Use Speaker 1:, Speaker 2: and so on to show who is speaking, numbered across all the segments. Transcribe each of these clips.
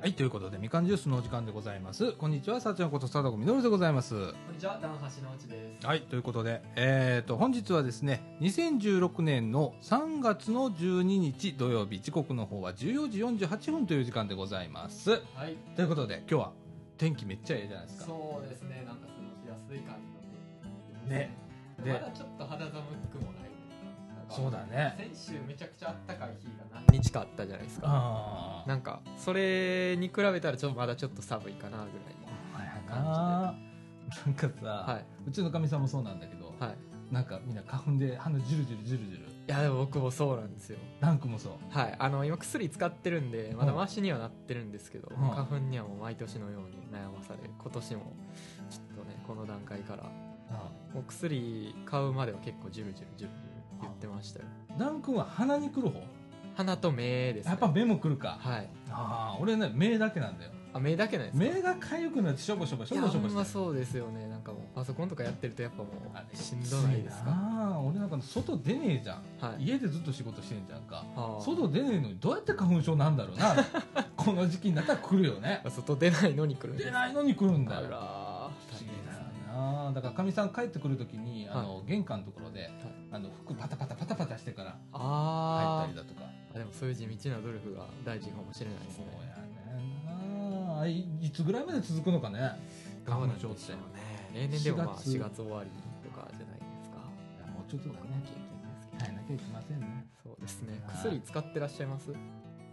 Speaker 1: はい、ということで、みかんジュースのお時間でございます。こんにちは、さちゃんこと貞子みのるでございます。
Speaker 2: こんにちは、段橋のうちです。
Speaker 1: はい、ということで、えー、と、本日はですね、2016年の3月の12日土曜日、時刻の方は14時48分という時間でございます。
Speaker 2: はい、
Speaker 1: ということで、今日は天気めっちゃええじゃないですか。
Speaker 2: そうですね、なんか過ごしやすい感じの
Speaker 1: ね
Speaker 2: で
Speaker 1: で
Speaker 2: まだちょっと肌寒くもないなんか
Speaker 1: そうだね。
Speaker 2: 先週めちゃくちゃ暖かい日が何日かあったじゃないですか。
Speaker 1: あ
Speaker 2: なんか、それに比べたらちょっとまだちょっと寒いかなぐらい
Speaker 1: あ、ほんまやな。なんかさ、
Speaker 2: の。はいう
Speaker 1: ちのかみさんもそうなんだけど、
Speaker 2: はい。い
Speaker 1: なんかみんな花粉で鼻ジュルジュルジュルジュル。
Speaker 2: や、でも僕もそうなんですよ。
Speaker 1: ランクもそう。
Speaker 2: はい。あの、今薬使ってるんで、まだマシにはなってるんですけど、
Speaker 1: ん
Speaker 2: 花粉にはもう毎年のように悩まされ、今年もちょっとね、この段階からお薬買うまでは結構ジュルジュルジュルジュル言ってましたよ
Speaker 1: ランクは鼻に来る方
Speaker 2: 鼻と目です、ね、
Speaker 1: やっぱ目も来るか。
Speaker 2: はい
Speaker 1: ああ、俺ね、目だけなんだよ。
Speaker 2: あ目だけなんですか
Speaker 1: 目がかゆくなってしょぼしょぼし
Speaker 2: い
Speaker 1: ょ
Speaker 2: や
Speaker 1: ぼし
Speaker 2: ほ
Speaker 1: ょぼ
Speaker 2: ん
Speaker 1: して
Speaker 2: まそうですよねなんかもうパソコンとかやってるとやっぱも
Speaker 1: あ
Speaker 2: う
Speaker 1: れ
Speaker 2: しんどないですか
Speaker 1: ああ俺なんか外出ねえじゃん
Speaker 2: はい
Speaker 1: 家でずっと仕事してんじゃんか
Speaker 2: あー
Speaker 1: 外出ねえのにどうやって花粉症なんだろうなこの時期になったら来るよね
Speaker 2: あ外出ないのに来るんで
Speaker 1: 出
Speaker 2: す
Speaker 1: ないのに来るんだ
Speaker 2: あ
Speaker 1: よ
Speaker 2: ら
Speaker 1: 不思議だよなだからかみさん帰ってくる時にあの、玄関のところで、あの服パタパタパタパタしてから入
Speaker 2: あ
Speaker 1: ったり
Speaker 2: ー
Speaker 1: だとか
Speaker 2: あでもそういう地道な努力が大事かもしれないです
Speaker 1: そ
Speaker 2: ね
Speaker 1: うやねんないいつぐらいまで続くのかね
Speaker 2: どう
Speaker 1: 花
Speaker 2: なん
Speaker 1: 粉
Speaker 2: でし
Speaker 1: 症っ
Speaker 2: ょうね
Speaker 1: て
Speaker 2: 例年でもまあ
Speaker 1: 4
Speaker 2: 4
Speaker 1: 月
Speaker 2: 月終わりとかじゃないですか
Speaker 1: もうちょっとだねはいなきゃいけませんね
Speaker 2: そうですね薬使ってらっしゃいます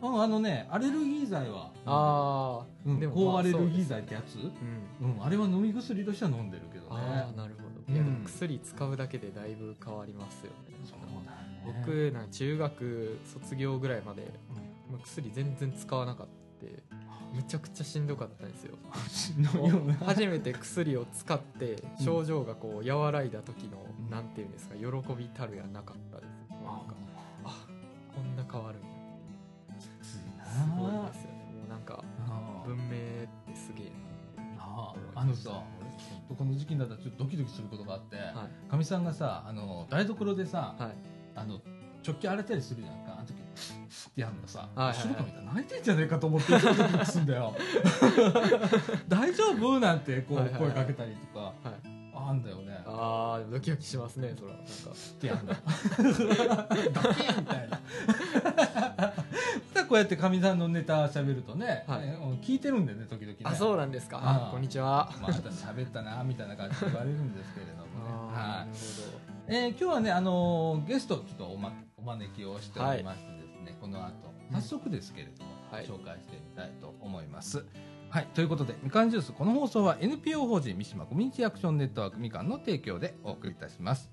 Speaker 1: うん、あのね、アレルギー剤は、
Speaker 2: ああ
Speaker 1: うん、
Speaker 2: でも
Speaker 1: 抗
Speaker 2: まあ
Speaker 1: アレル
Speaker 2: そう
Speaker 1: ギ
Speaker 2: で
Speaker 1: ー
Speaker 2: す
Speaker 1: 剤ってやつ、
Speaker 2: うん
Speaker 1: うん、あれは飲み薬としては飲んでるけどね。
Speaker 2: ああなるほどいや、
Speaker 1: うん
Speaker 2: でも薬使うだけでだいぶ変わりますよね
Speaker 1: そうだね。
Speaker 2: 僕なんか中学卒業ぐらいまで
Speaker 1: う
Speaker 2: まあ薬全然使わなかっためちゃくちゃしんどかったんですよ
Speaker 1: ん、しんどいよな。
Speaker 2: 初めて薬を使って
Speaker 1: うん
Speaker 2: 症状がこう和らいだ時の、
Speaker 1: うん
Speaker 2: なんていうんですか喜びたるやなかったですなんかあこんな変わるんだ
Speaker 1: きついな
Speaker 2: すごいですよねもうなんか
Speaker 1: あ
Speaker 2: 文明ってすげえ
Speaker 1: ああのさ、俺ちょっとこの時期になったらちょっとドキドキすることがあって、
Speaker 2: なはい
Speaker 1: かみさんがさ、あの、台所でさ、
Speaker 2: はい
Speaker 1: あの、食器洗ったりするじゃんか、あの時、ってやるのさ、
Speaker 2: はいはいはい
Speaker 1: 後ろから見たら泣いてんじゃねえかと思って、ドキドキすんだ よ。 大丈夫なんて、こ
Speaker 2: は
Speaker 1: う、
Speaker 2: いはいは
Speaker 1: 声
Speaker 2: い
Speaker 1: かけたりとか、あんだよね。
Speaker 2: ああドキドキしますねそらなんか
Speaker 1: ってやんの ドキンみたいな さあこうやってかみさんのネタ喋るとね、
Speaker 2: はい
Speaker 1: ねうん聞いてるんだよね時々ね
Speaker 2: あそうなんですか
Speaker 1: あー
Speaker 2: あこんにちは
Speaker 1: まあ、私喋ったなみたいな感じで言われるんですけれどもね、は
Speaker 2: あー
Speaker 1: い
Speaker 2: なる
Speaker 1: えー今日はね、あのーゲストをちょっとお,、ま、お招きをしておりましてですね、この後早速ですけれども、
Speaker 2: はい
Speaker 1: 紹介してみたいと思います。はい、ということでみかんジュースこの放送は NPO 法人三島コミュニティアクションネットワークみかんの提供でお送りいたします。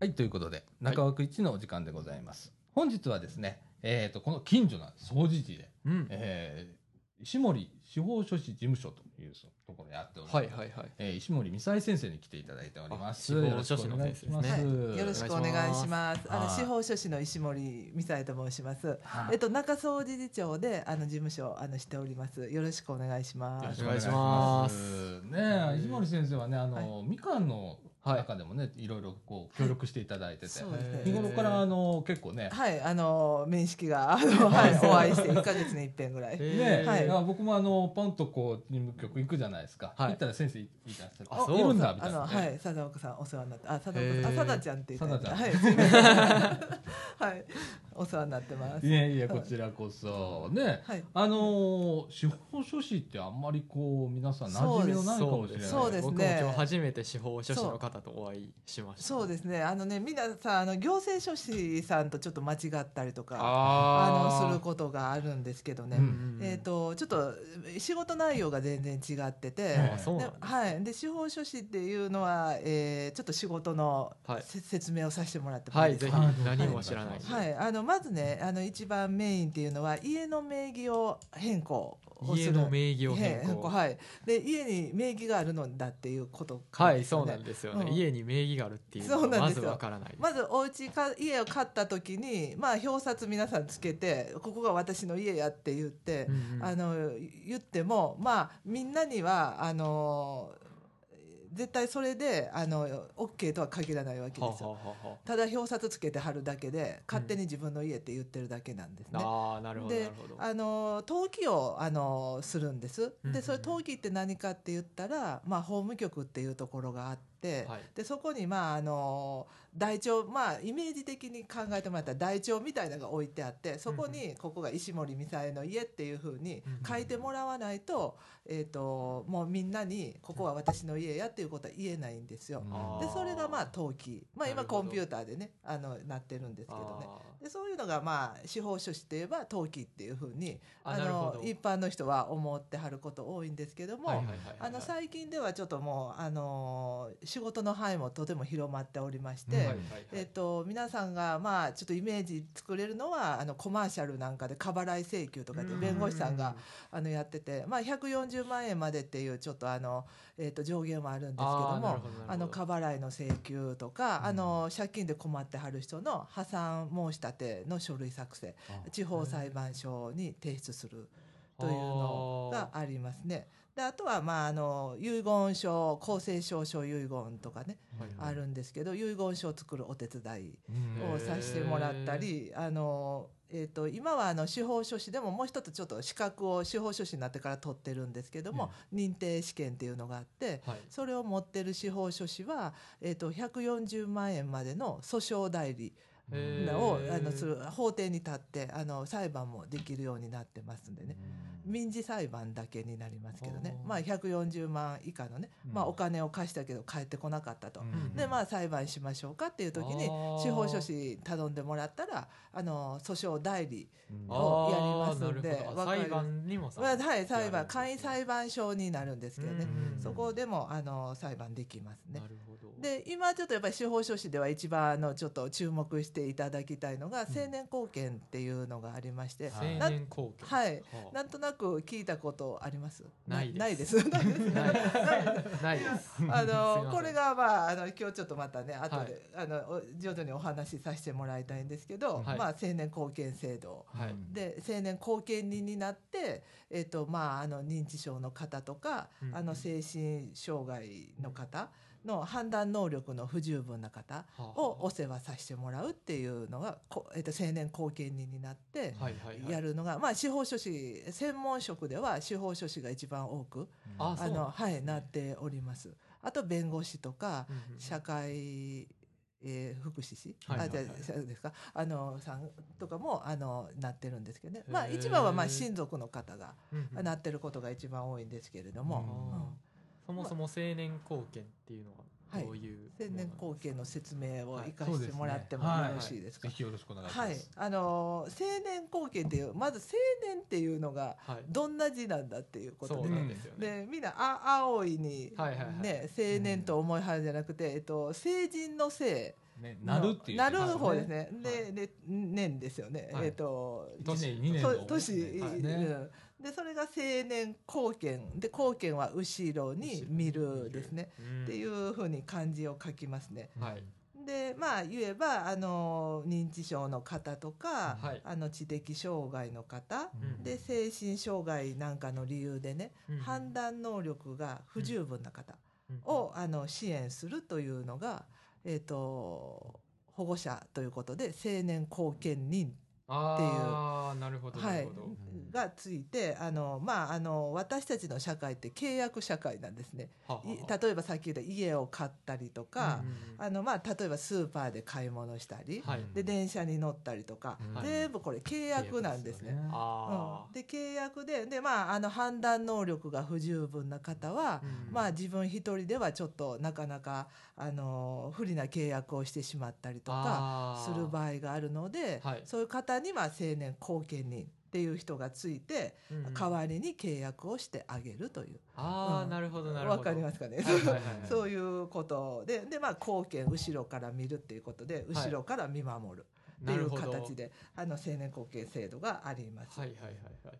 Speaker 1: はい、ということで、中枠一のお時間でございます。本日はですね、えっ、と、この近所の掃除時で、
Speaker 2: ほどうん
Speaker 1: えー石森司法書士事務所というところでやっております。
Speaker 2: はいはいはい
Speaker 1: えー石森美沙先生に来ていただいております。
Speaker 2: あ司法書士の先生ですね
Speaker 1: よろしくお願いします
Speaker 3: よろしくお願いします。あ
Speaker 1: はい
Speaker 3: の司法書士の石森美沙恵と申します。
Speaker 1: はい
Speaker 3: えっと中総理事長であの事務所をあのしております。よろしくお願いしま
Speaker 1: よろ
Speaker 3: す。
Speaker 1: しくお願いします。ねえ、石森先生はね、あの、みかんの中でもね、いろいろこう協力していただいてて、
Speaker 3: そうです
Speaker 1: 日
Speaker 3: ね。
Speaker 1: 頃からあの結構ね、
Speaker 3: はい、あの面識があの、はい、お会いして一ヶ月に一遍ぐらい。
Speaker 1: ね、
Speaker 3: はい
Speaker 1: いや僕もあのポンとこう事務局行くじゃないですか、
Speaker 2: はい
Speaker 1: 行ったら先生いたら
Speaker 2: あそう
Speaker 1: いるんだみた
Speaker 3: あ
Speaker 1: い
Speaker 3: の
Speaker 1: な、
Speaker 3: は
Speaker 1: ね
Speaker 3: い、貞岡さんお世話になって、あ、貞
Speaker 2: へ
Speaker 3: 岡
Speaker 2: ー
Speaker 3: さん、あ、貞ちゃんって言っ
Speaker 1: 貞
Speaker 3: た
Speaker 1: ちゃん
Speaker 3: はい、すいませんはい、お世話になってます。
Speaker 1: いやいやこちらこそね
Speaker 3: はい。
Speaker 1: あのー司法書士ってあんまりこう皆さん馴染みのないかもしれない
Speaker 3: そうですね
Speaker 2: 僕も今日初めて司法書士の方とお会いしました。。
Speaker 3: そうですすね。あのね、みんなさ、あの行政書士さんとちょっと間違ったりとか、
Speaker 2: あ
Speaker 3: あのする
Speaker 2: こ
Speaker 3: ことがあるんですけどね。
Speaker 1: うん
Speaker 3: えっ、とちょっと仕事内容が全然違ってて、
Speaker 1: え
Speaker 2: あそうなん
Speaker 3: で
Speaker 2: ですね
Speaker 3: はい、で司法書士っていうのは、えーちょっと仕事の
Speaker 2: はい
Speaker 3: せ、説明をさせてもらっても
Speaker 2: はい
Speaker 3: い
Speaker 2: い、
Speaker 3: です
Speaker 2: ぜ
Speaker 3: か
Speaker 2: ひ
Speaker 1: はい
Speaker 2: 何も知らない。
Speaker 3: はい、あのまずねあの一番メインっていうのは家の名義を変更をする
Speaker 2: 家の名義を
Speaker 3: へ
Speaker 2: 変更。はい、
Speaker 3: はい、で家に名義があるのだっていうことです
Speaker 2: そ
Speaker 3: よ
Speaker 2: う
Speaker 3: ね
Speaker 2: なんですよね。
Speaker 3: うん
Speaker 2: 家に名義があるっていうの
Speaker 3: そう
Speaker 2: は
Speaker 3: なん
Speaker 2: ま
Speaker 3: です
Speaker 2: ず
Speaker 3: よ
Speaker 2: わからない。
Speaker 3: まずお家か家を買った時に、まあ、表札皆さんつけてここが私の家やって言って
Speaker 2: う、んうん
Speaker 3: あの言っても、まあ、みんなにはあの絶対それであの OK とは限らないわけ
Speaker 2: はあ
Speaker 3: で
Speaker 2: は
Speaker 3: すよ。
Speaker 2: あはあは
Speaker 3: ただ表札つけて貼るだけで勝手に自分の家って言ってるだけなんですね。
Speaker 2: ああーなるほどな
Speaker 3: で
Speaker 2: るほど。
Speaker 3: あの登記をあのするんです。
Speaker 2: うんうんう
Speaker 3: で
Speaker 2: ん
Speaker 3: それ登記って何かって言ったら、まあ、法務局っていうところがあって、
Speaker 2: はい
Speaker 3: でそこに、まあ、あの台帳、まあ、イメージ的に考えてもらったら台帳みたいなのが置いてあってそこ
Speaker 2: う
Speaker 3: にここが石森美沙恵の家っていうふうに
Speaker 2: うんうん
Speaker 3: 書いてもらわないと,、えー、ともうみんなにここは私の家やっていうことは言えないんですよ。
Speaker 2: あ
Speaker 3: で
Speaker 2: ー
Speaker 3: それがまあ登記、まあ、
Speaker 2: な
Speaker 3: 今
Speaker 2: るほど
Speaker 3: コンピューターでねあのなってるんですけどね。
Speaker 2: あー
Speaker 3: でそういうのがまあ司法書士といえば登記っていうふうに
Speaker 2: あ
Speaker 3: あ
Speaker 2: なるほ
Speaker 3: の
Speaker 2: ど
Speaker 3: 一般の人は思ってはること多いんですけども、
Speaker 2: はいはいはいはい
Speaker 3: あの最近ではちょっともうあの仕事の範囲もとても広まっておりまして。
Speaker 1: うん
Speaker 2: はいはいはい
Speaker 3: えっと、皆さんが、まあ、ちょっとイメージ作れるのはあのコマーシャルなんかで過払い請求とかって弁護士さんがあのやってて、まあ、140万円までっていうちょっとあの、えっと、上限はあるんですけど
Speaker 2: あーな
Speaker 3: も
Speaker 2: るほどなるほど
Speaker 3: あの過払いの請求とか、あの借金で困ってはる人の破産申し立ての書類作成
Speaker 1: あ
Speaker 3: 地方裁判所に提出するというのがありますね。であとは、まあ、あの遺言書公正証書遺言とかね、
Speaker 2: はい
Speaker 3: あるんですけど遺言書を作るお手伝い
Speaker 1: うん
Speaker 3: をさせてもらったりあの、えー、と今はあの司法書士でももう一つちょっと資格を司法書士になってから取ってるんですけども、認定試験っていうのがあって
Speaker 2: はい
Speaker 3: それを持ってる司法書士は、えー、と140万円までの訴訟代理
Speaker 2: へー
Speaker 3: をあのする法廷に立ってあの裁判もできるようになってますんでね。民事裁判だけになりますけどね
Speaker 2: あ、ー
Speaker 3: まあ、140万以下のね、まあ、お金を貸したけど返ってこなかったと、
Speaker 1: うん
Speaker 3: でまあ裁判しましょうかっていう時に
Speaker 2: あー
Speaker 3: 司法書士頼んでもらったらあの訴訟代理
Speaker 1: うん
Speaker 2: あー
Speaker 3: やりますんで
Speaker 2: なるほど
Speaker 3: わか
Speaker 2: 裁
Speaker 3: ります
Speaker 2: 判にも
Speaker 3: ははい裁判簡
Speaker 2: 会
Speaker 3: 易裁判所になるんですけどね
Speaker 1: うん
Speaker 3: そこでもあの裁判できますね
Speaker 2: な。るほど
Speaker 3: で今ちょっとやっぱり司法書士では一番あのちょっと注目していただきたいのが青年後見っていうのがありまして、
Speaker 1: は
Speaker 2: 青年後見
Speaker 3: はい
Speaker 2: はあ
Speaker 3: なんとなく聞いたことあります
Speaker 2: ないです
Speaker 3: ないです。ないです
Speaker 2: ないですないです
Speaker 3: あ
Speaker 2: すいませ
Speaker 3: の
Speaker 2: ん
Speaker 3: これがまああの今日ちょっとまたね後
Speaker 2: はい
Speaker 3: で、あのお徐々にお話しさせてもらいたいんですけど、
Speaker 2: はい
Speaker 3: まあ青年後見制度
Speaker 2: はい
Speaker 3: で青年後見人になってえっ、とまああの認知症の方とか、
Speaker 2: うん
Speaker 3: あの精神障害の方の判断能力の不十分な方をお世話させてもらうっていうのがこえっ、と青年後見人になって。
Speaker 2: はいはいはい
Speaker 3: やるのが、まあ、司法書士専門職では司法書士が一番多く、
Speaker 2: あ
Speaker 3: あ
Speaker 2: そうなん
Speaker 3: の
Speaker 2: で
Speaker 3: はいなっております。あと弁護士とか
Speaker 2: うんうん
Speaker 3: 社会、えー福祉士、
Speaker 2: はいはいはい
Speaker 3: あじゃあそうですかあのさんとかもあのなってるんですけどね。まあ
Speaker 2: へー
Speaker 3: 一番はまあ親族の方が
Speaker 2: うんうん
Speaker 3: なってることが一番多いんですけれど
Speaker 2: あー
Speaker 3: も、
Speaker 2: そもそも青年後見っていうの
Speaker 3: は
Speaker 2: はいどういう
Speaker 3: 青年後見の説明を生かしてもらっても
Speaker 1: はい
Speaker 3: よろしいですか
Speaker 1: ぜ。ひよろしくお願いしま
Speaker 3: はい
Speaker 1: す。、
Speaker 3: あのー青年後見っていうまず青年っていうのが
Speaker 2: はい
Speaker 3: どんな字なんだっていうこと
Speaker 2: そ
Speaker 3: で
Speaker 2: う
Speaker 3: す
Speaker 2: なんですよね
Speaker 3: でみんなあ青いに、
Speaker 2: はいはいはい
Speaker 3: ね、青年と思いはるじゃなくて、えっと、成人の性
Speaker 1: ねなるっていう
Speaker 3: なる方です
Speaker 1: ね。
Speaker 3: ね、
Speaker 2: は
Speaker 3: でで年ですよね、
Speaker 2: はい
Speaker 3: えっと
Speaker 1: 一年二年
Speaker 3: そ
Speaker 1: の
Speaker 3: う年、
Speaker 1: はい
Speaker 3: うんでそれが青年後見で後見は後ろに見るですね、
Speaker 2: うん
Speaker 3: っていうふうに漢字を書きますね
Speaker 2: はい
Speaker 3: でまあ言えばあの認知症の方とか、
Speaker 2: はい
Speaker 3: あの知的障害の方、
Speaker 1: うん
Speaker 3: で精神障害なんかの理由でね、
Speaker 2: うんうん
Speaker 3: 判断能力が不十分な方
Speaker 2: うん
Speaker 3: を、あの支援するというのが、えー、と保護者ということで青年後見人っていう
Speaker 2: ああなるほど
Speaker 3: はい
Speaker 2: なるほど、
Speaker 3: がついてあの、まあ、あの私たちの社会って契約社会なんですね。
Speaker 2: はははい
Speaker 3: 例えばさっき言った家を買ったりとか、
Speaker 2: うん
Speaker 3: あのまあ、例えばスーパーで買い物したり、
Speaker 2: はい
Speaker 3: で電車に乗ったりとか、
Speaker 2: はい
Speaker 3: 全部これ契約なんですね。
Speaker 2: あ
Speaker 3: うん
Speaker 2: ー
Speaker 3: で契約でで、まあ、あの判断能力が不十分な方は、
Speaker 2: うん
Speaker 3: まあ、自分一人ではちょっとなかなかあの不利な契約をしてしまったりとか
Speaker 2: あ
Speaker 3: す
Speaker 2: ー
Speaker 3: る場合があるので、
Speaker 2: はい
Speaker 3: そういう方には青年後見人っていう人がついて、
Speaker 2: うんうん
Speaker 3: 代わりに契約をしてあげるという。
Speaker 2: ああ、
Speaker 3: うん
Speaker 2: なるほどなるほど
Speaker 3: わかりますかね、
Speaker 2: はいはいはいはい
Speaker 3: そういうことでで、まあ、後見後ろから見るっていうことで後ろから見守るって
Speaker 2: ないる
Speaker 3: う
Speaker 2: ほど
Speaker 3: 形で、あの青年後見制度があり ます。
Speaker 2: はいはいはいはい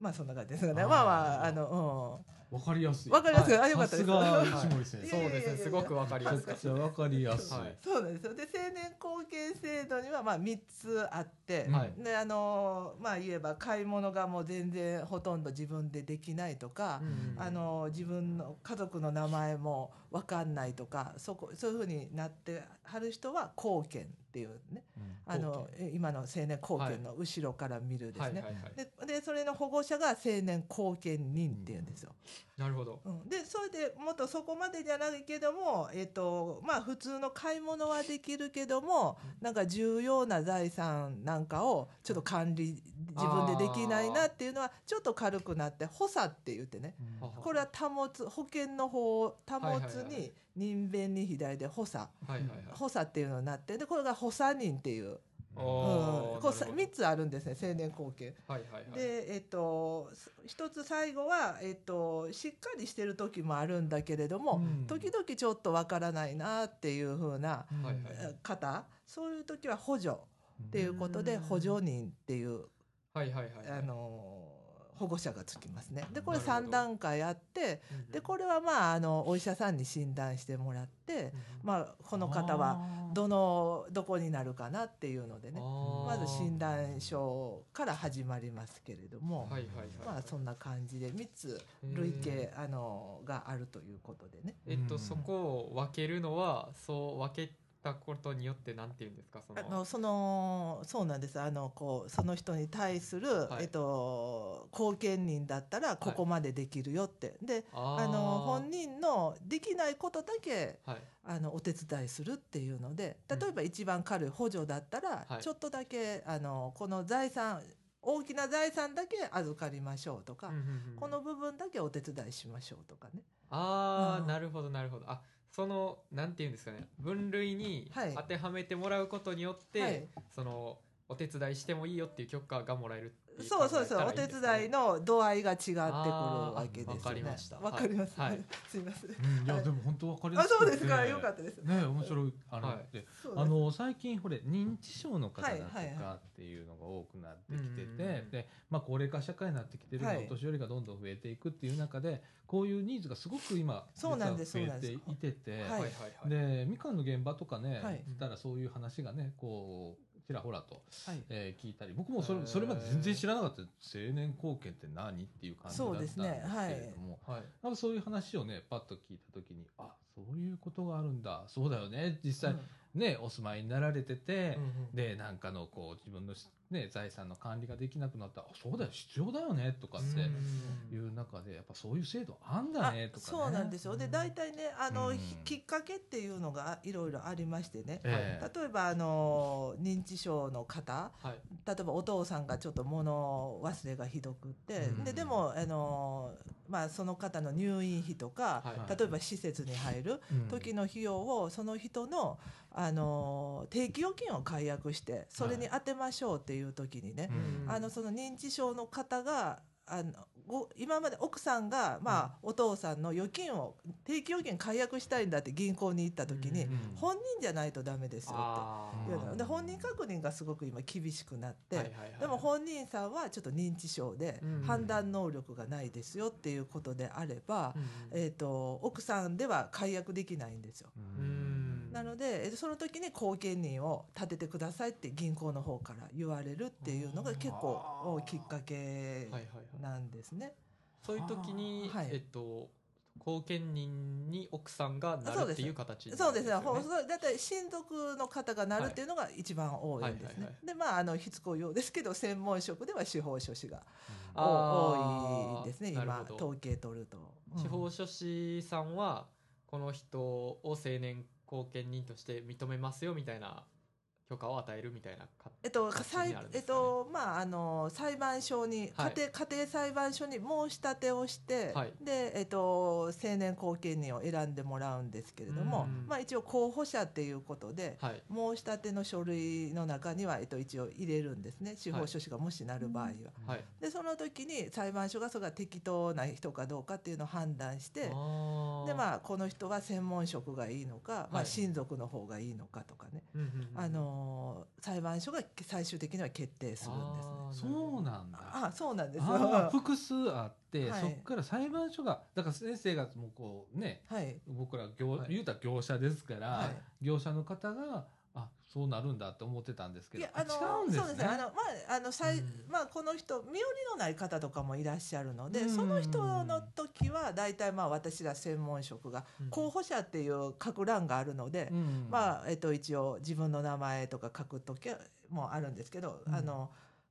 Speaker 3: まあそんな感じですよね。
Speaker 1: あー
Speaker 3: まあまああの、
Speaker 1: わかりやす
Speaker 3: う
Speaker 1: い
Speaker 3: ん、わかりますよ、あよか
Speaker 1: さ
Speaker 3: ったですす。
Speaker 1: が
Speaker 3: はい
Speaker 1: 石森先生
Speaker 3: い
Speaker 2: そう
Speaker 3: やいやい
Speaker 2: で
Speaker 3: やいや
Speaker 2: すねすごくわかりや
Speaker 1: め
Speaker 2: す
Speaker 1: ち
Speaker 2: か
Speaker 1: ゃ
Speaker 2: っ
Speaker 1: くちゃわかりやすい、
Speaker 2: はい
Speaker 3: そうなんですよ。で青年後見制度にはまあ三つあって、
Speaker 2: はい
Speaker 3: であのまあ言えば買い物がもう全然ほとんど自分でできないとか
Speaker 2: た、うんうん
Speaker 3: あの自分の家族の名前も分かんないとかそこそういうふうになってはる人は後見っていうね
Speaker 1: うん
Speaker 3: あの
Speaker 2: 後
Speaker 3: え今の青年後見の後ろから見るですね。
Speaker 2: はいはいはい
Speaker 3: ででそれの保護者が青年後見人っていうんですよ。
Speaker 2: なるほど
Speaker 3: うん、でそれでもっとそこまでじゃないけども、えっとまあ、普通の買い物はできるけどもなんか重要な財産なんかをちょっと管理自分でできないなっていうのはちょっと軽くなって補佐って言ってね
Speaker 2: はは
Speaker 3: これは保つ保険の方を保つ
Speaker 2: はいはいは
Speaker 3: に人弁に左で補佐
Speaker 2: はいはいはい
Speaker 3: 補佐っていうのになってでこれが補佐人っていう、
Speaker 2: お
Speaker 3: うん、
Speaker 2: お
Speaker 3: こうさ3つあるんですね成年後見。
Speaker 2: はいはいはい
Speaker 3: で、えっと、す一つ最後は、えっと、しっかりしてる時もあるんだけれども、
Speaker 1: うん
Speaker 3: 時々ちょっとわからないなっていう風な
Speaker 1: うん
Speaker 2: はいはい
Speaker 3: え方そういう時は補助っていうことで
Speaker 2: うん
Speaker 3: 補助人っていう、
Speaker 2: はいはいはいはい
Speaker 3: あの保護者がつきますね。でこれ
Speaker 2: なるほど
Speaker 3: 3段階あって
Speaker 2: うんうん
Speaker 3: でこれはまああのお医者さんに診断してもらって、まあ、この方はどのどこになるかなっていうのでねまず診断書から始まりますけれども。
Speaker 2: はいはいはいはい
Speaker 3: まあそんな感じで3つ類型、
Speaker 2: え
Speaker 3: あのがあるということでね。
Speaker 2: ーえっ
Speaker 1: うん
Speaker 2: とそこを分けるのはそう分けたことによってなんて言うんですかそ
Speaker 3: あ
Speaker 2: の
Speaker 3: のそのそうなんですあのこうその人に対する、
Speaker 2: はい
Speaker 3: えっと、後見人だったらここまでできるよって、で
Speaker 2: あー
Speaker 3: あの本人のできないことだけ
Speaker 2: はい
Speaker 3: あのお手伝いするっていうので
Speaker 2: うん
Speaker 3: 例えば一番軽い補助だったら、
Speaker 2: はい
Speaker 3: ちょっとだけあのこの財産大きな財産だけ預かりましょうとか、
Speaker 2: うんうんうん
Speaker 3: この部分だけお手伝いしましょうとかね。
Speaker 2: あ
Speaker 3: うん
Speaker 2: あなるほどなるほどあそのなんて言うんですかね分類に
Speaker 3: はい
Speaker 2: 当てはめてもらうことによって、
Speaker 3: はい
Speaker 2: そのお手伝いしてもいいよっていう許可がもらえるってい
Speaker 3: そうそうそう、
Speaker 2: 考
Speaker 3: お
Speaker 2: えたらんで
Speaker 3: 手
Speaker 2: すかね
Speaker 3: 伝いの度合いが違ってくる
Speaker 2: あー
Speaker 3: わけですよね。
Speaker 2: わかりました
Speaker 3: わかります。
Speaker 2: はいはい
Speaker 3: すいません。
Speaker 1: うんいやでも本当わかりや
Speaker 3: あ、
Speaker 1: すくて
Speaker 3: そうですか、よかったです。
Speaker 1: ね面白いあの、
Speaker 2: はい
Speaker 1: で
Speaker 3: そうです
Speaker 1: あの最近これ認知症の方だと
Speaker 3: はいはいは
Speaker 1: かっていうのが多くなってきて
Speaker 2: うんうん
Speaker 1: て、
Speaker 2: うん
Speaker 1: でまあ、高齢化社会になってきてる、
Speaker 3: はい
Speaker 1: お年寄りがどんどん増えていくっていう中でこういうニーズがすごく今
Speaker 3: そうなんです
Speaker 1: 実は
Speaker 3: そうなん
Speaker 1: 増
Speaker 3: で
Speaker 1: え
Speaker 3: す
Speaker 1: ていてて、
Speaker 3: はい
Speaker 2: はいはいはい
Speaker 1: でみかんの現場とかね、
Speaker 3: はい
Speaker 1: 行ったらそういう話がねこうちらほらと、
Speaker 3: はい
Speaker 1: えー聞いたり僕もそれ
Speaker 2: へー
Speaker 1: それまで全然知らなかったです青年後見って何っていう感じだったんですけれども。
Speaker 3: そうですね
Speaker 2: はい
Speaker 1: なんかそういう話をねパッと聞いた時にあそういうことがあるんだそうだよね実際、ねお住まいになられてて、でなんかのこう自分のし、ね、財産の管理ができなくなったらあそうだよ必要だよねとかってい
Speaker 2: うん
Speaker 1: う中でやっぱそういう制度あんだ
Speaker 3: あ
Speaker 1: ねとかね。、
Speaker 3: そうなんですすよ。で、大体ね、あの、
Speaker 1: うん
Speaker 3: ひきっかけっていうのがいろいろありましてね。
Speaker 1: ええ
Speaker 3: 例えば、あの、認知症の方、
Speaker 2: はい
Speaker 3: 例えばお父さんがちょっと物忘れがひどくって、
Speaker 1: うん
Speaker 3: で、でも、あの、まあ、その方の入院費と
Speaker 2: は
Speaker 3: か、
Speaker 2: い
Speaker 1: はい
Speaker 3: 例えば施設に入る、
Speaker 1: うん
Speaker 3: 時の費用をその人の、あのー定期預金を解約してそれに当てましょうっていう時にね、
Speaker 1: うん
Speaker 3: あのその認知症の方があのご今まで奥さんが、まあお父さんの預金を定期預金解約したいんだって銀行に行った時に、
Speaker 2: うん
Speaker 1: うん
Speaker 3: 本人じゃないとダメですよっ
Speaker 2: あ
Speaker 3: て
Speaker 2: ー
Speaker 3: 言うので本人確認がすごく今厳しくなって。
Speaker 2: はいはいはい
Speaker 3: でも本人さんはちょっと認知症で
Speaker 2: うん
Speaker 3: 判断能力がないですよっていうことであれば、
Speaker 2: うん
Speaker 3: えー、と奥さんでは解約できないんですよ。
Speaker 2: うん
Speaker 3: なのでえーその時に後見人を立ててくださいって銀行の方から言われるっていうのが結構
Speaker 1: あー
Speaker 3: おきっかけ
Speaker 2: はいはいはい
Speaker 3: なんですね。
Speaker 2: そういう時に
Speaker 3: はい
Speaker 2: えっと後見人に奥さんがな
Speaker 3: そ
Speaker 2: る
Speaker 3: うで
Speaker 2: って
Speaker 3: す
Speaker 2: いう形にな
Speaker 3: そ
Speaker 2: る
Speaker 3: うんですね。ほ
Speaker 2: よ
Speaker 3: んそうだいたい親族の方がなるっていうのが一番多いんです
Speaker 2: はいはい
Speaker 3: ね
Speaker 2: は。
Speaker 3: で、まああの必要用ですけど、専門職では司法書士が
Speaker 1: あ
Speaker 2: あー
Speaker 3: 多いですね。
Speaker 2: なる
Speaker 3: 今
Speaker 2: ほど
Speaker 3: 統計取ると。うん
Speaker 2: 司法書士さんはこの人を青年後見人として認めますよみたいな許可を与えるみたいなか
Speaker 3: えっと、
Speaker 2: 形
Speaker 3: 裁
Speaker 2: になるん
Speaker 3: え
Speaker 2: で
Speaker 3: っ
Speaker 2: すかね
Speaker 3: と、まあ、あの、裁判所に、
Speaker 2: はい
Speaker 3: 家庭、家庭裁判所に申し立てをして、
Speaker 2: はい
Speaker 3: で、えっと、青年後見人を選んでもらうんですけれども
Speaker 2: うん、
Speaker 3: まあ、一応候補者っていうことで、
Speaker 2: はい
Speaker 3: 申し立ての書類の中には、えっと、一応入れるんですね。司法書士がもしなる場合は。
Speaker 2: はい
Speaker 3: で、その時に裁判所がそれが適当な人かどうかっていうのを判断して、で、
Speaker 2: であ
Speaker 3: まあ、この人は専門職がいいのか、
Speaker 2: は
Speaker 3: まあ、
Speaker 2: い
Speaker 3: 親族の方がいいのかとかね。
Speaker 2: ー、うんうんうん
Speaker 3: あのー裁判所が最終的には決定するんですね。
Speaker 2: あーなる
Speaker 1: そう
Speaker 2: ほど
Speaker 1: なんだ。
Speaker 3: あそうなんですよ。
Speaker 1: あー
Speaker 3: は
Speaker 1: 複数あって、
Speaker 3: はい
Speaker 1: そっから裁判所がだから先生がもうこうね
Speaker 3: い。
Speaker 1: 僕ら業、
Speaker 2: はい
Speaker 1: 言うたら業者ですから、
Speaker 3: はい
Speaker 1: 業者の方があそうなるんだって思ってたんですけ
Speaker 3: い
Speaker 1: ど
Speaker 3: や、あの
Speaker 1: 違うんですね。
Speaker 3: そうですね。あの、まあ、あの、さい
Speaker 2: うん
Speaker 3: まあ、この人、身寄りのない方とかもいらっしゃるの
Speaker 1: う
Speaker 3: で、
Speaker 1: ん
Speaker 3: その人の時は、大体、まあ、私ら専門職が、
Speaker 2: うん
Speaker 3: 候補者っていう書く欄があるので、
Speaker 1: うん
Speaker 3: まあ、えっと、一応、自分の名前とか書く時もあるんですけど、
Speaker 2: うん
Speaker 3: あの、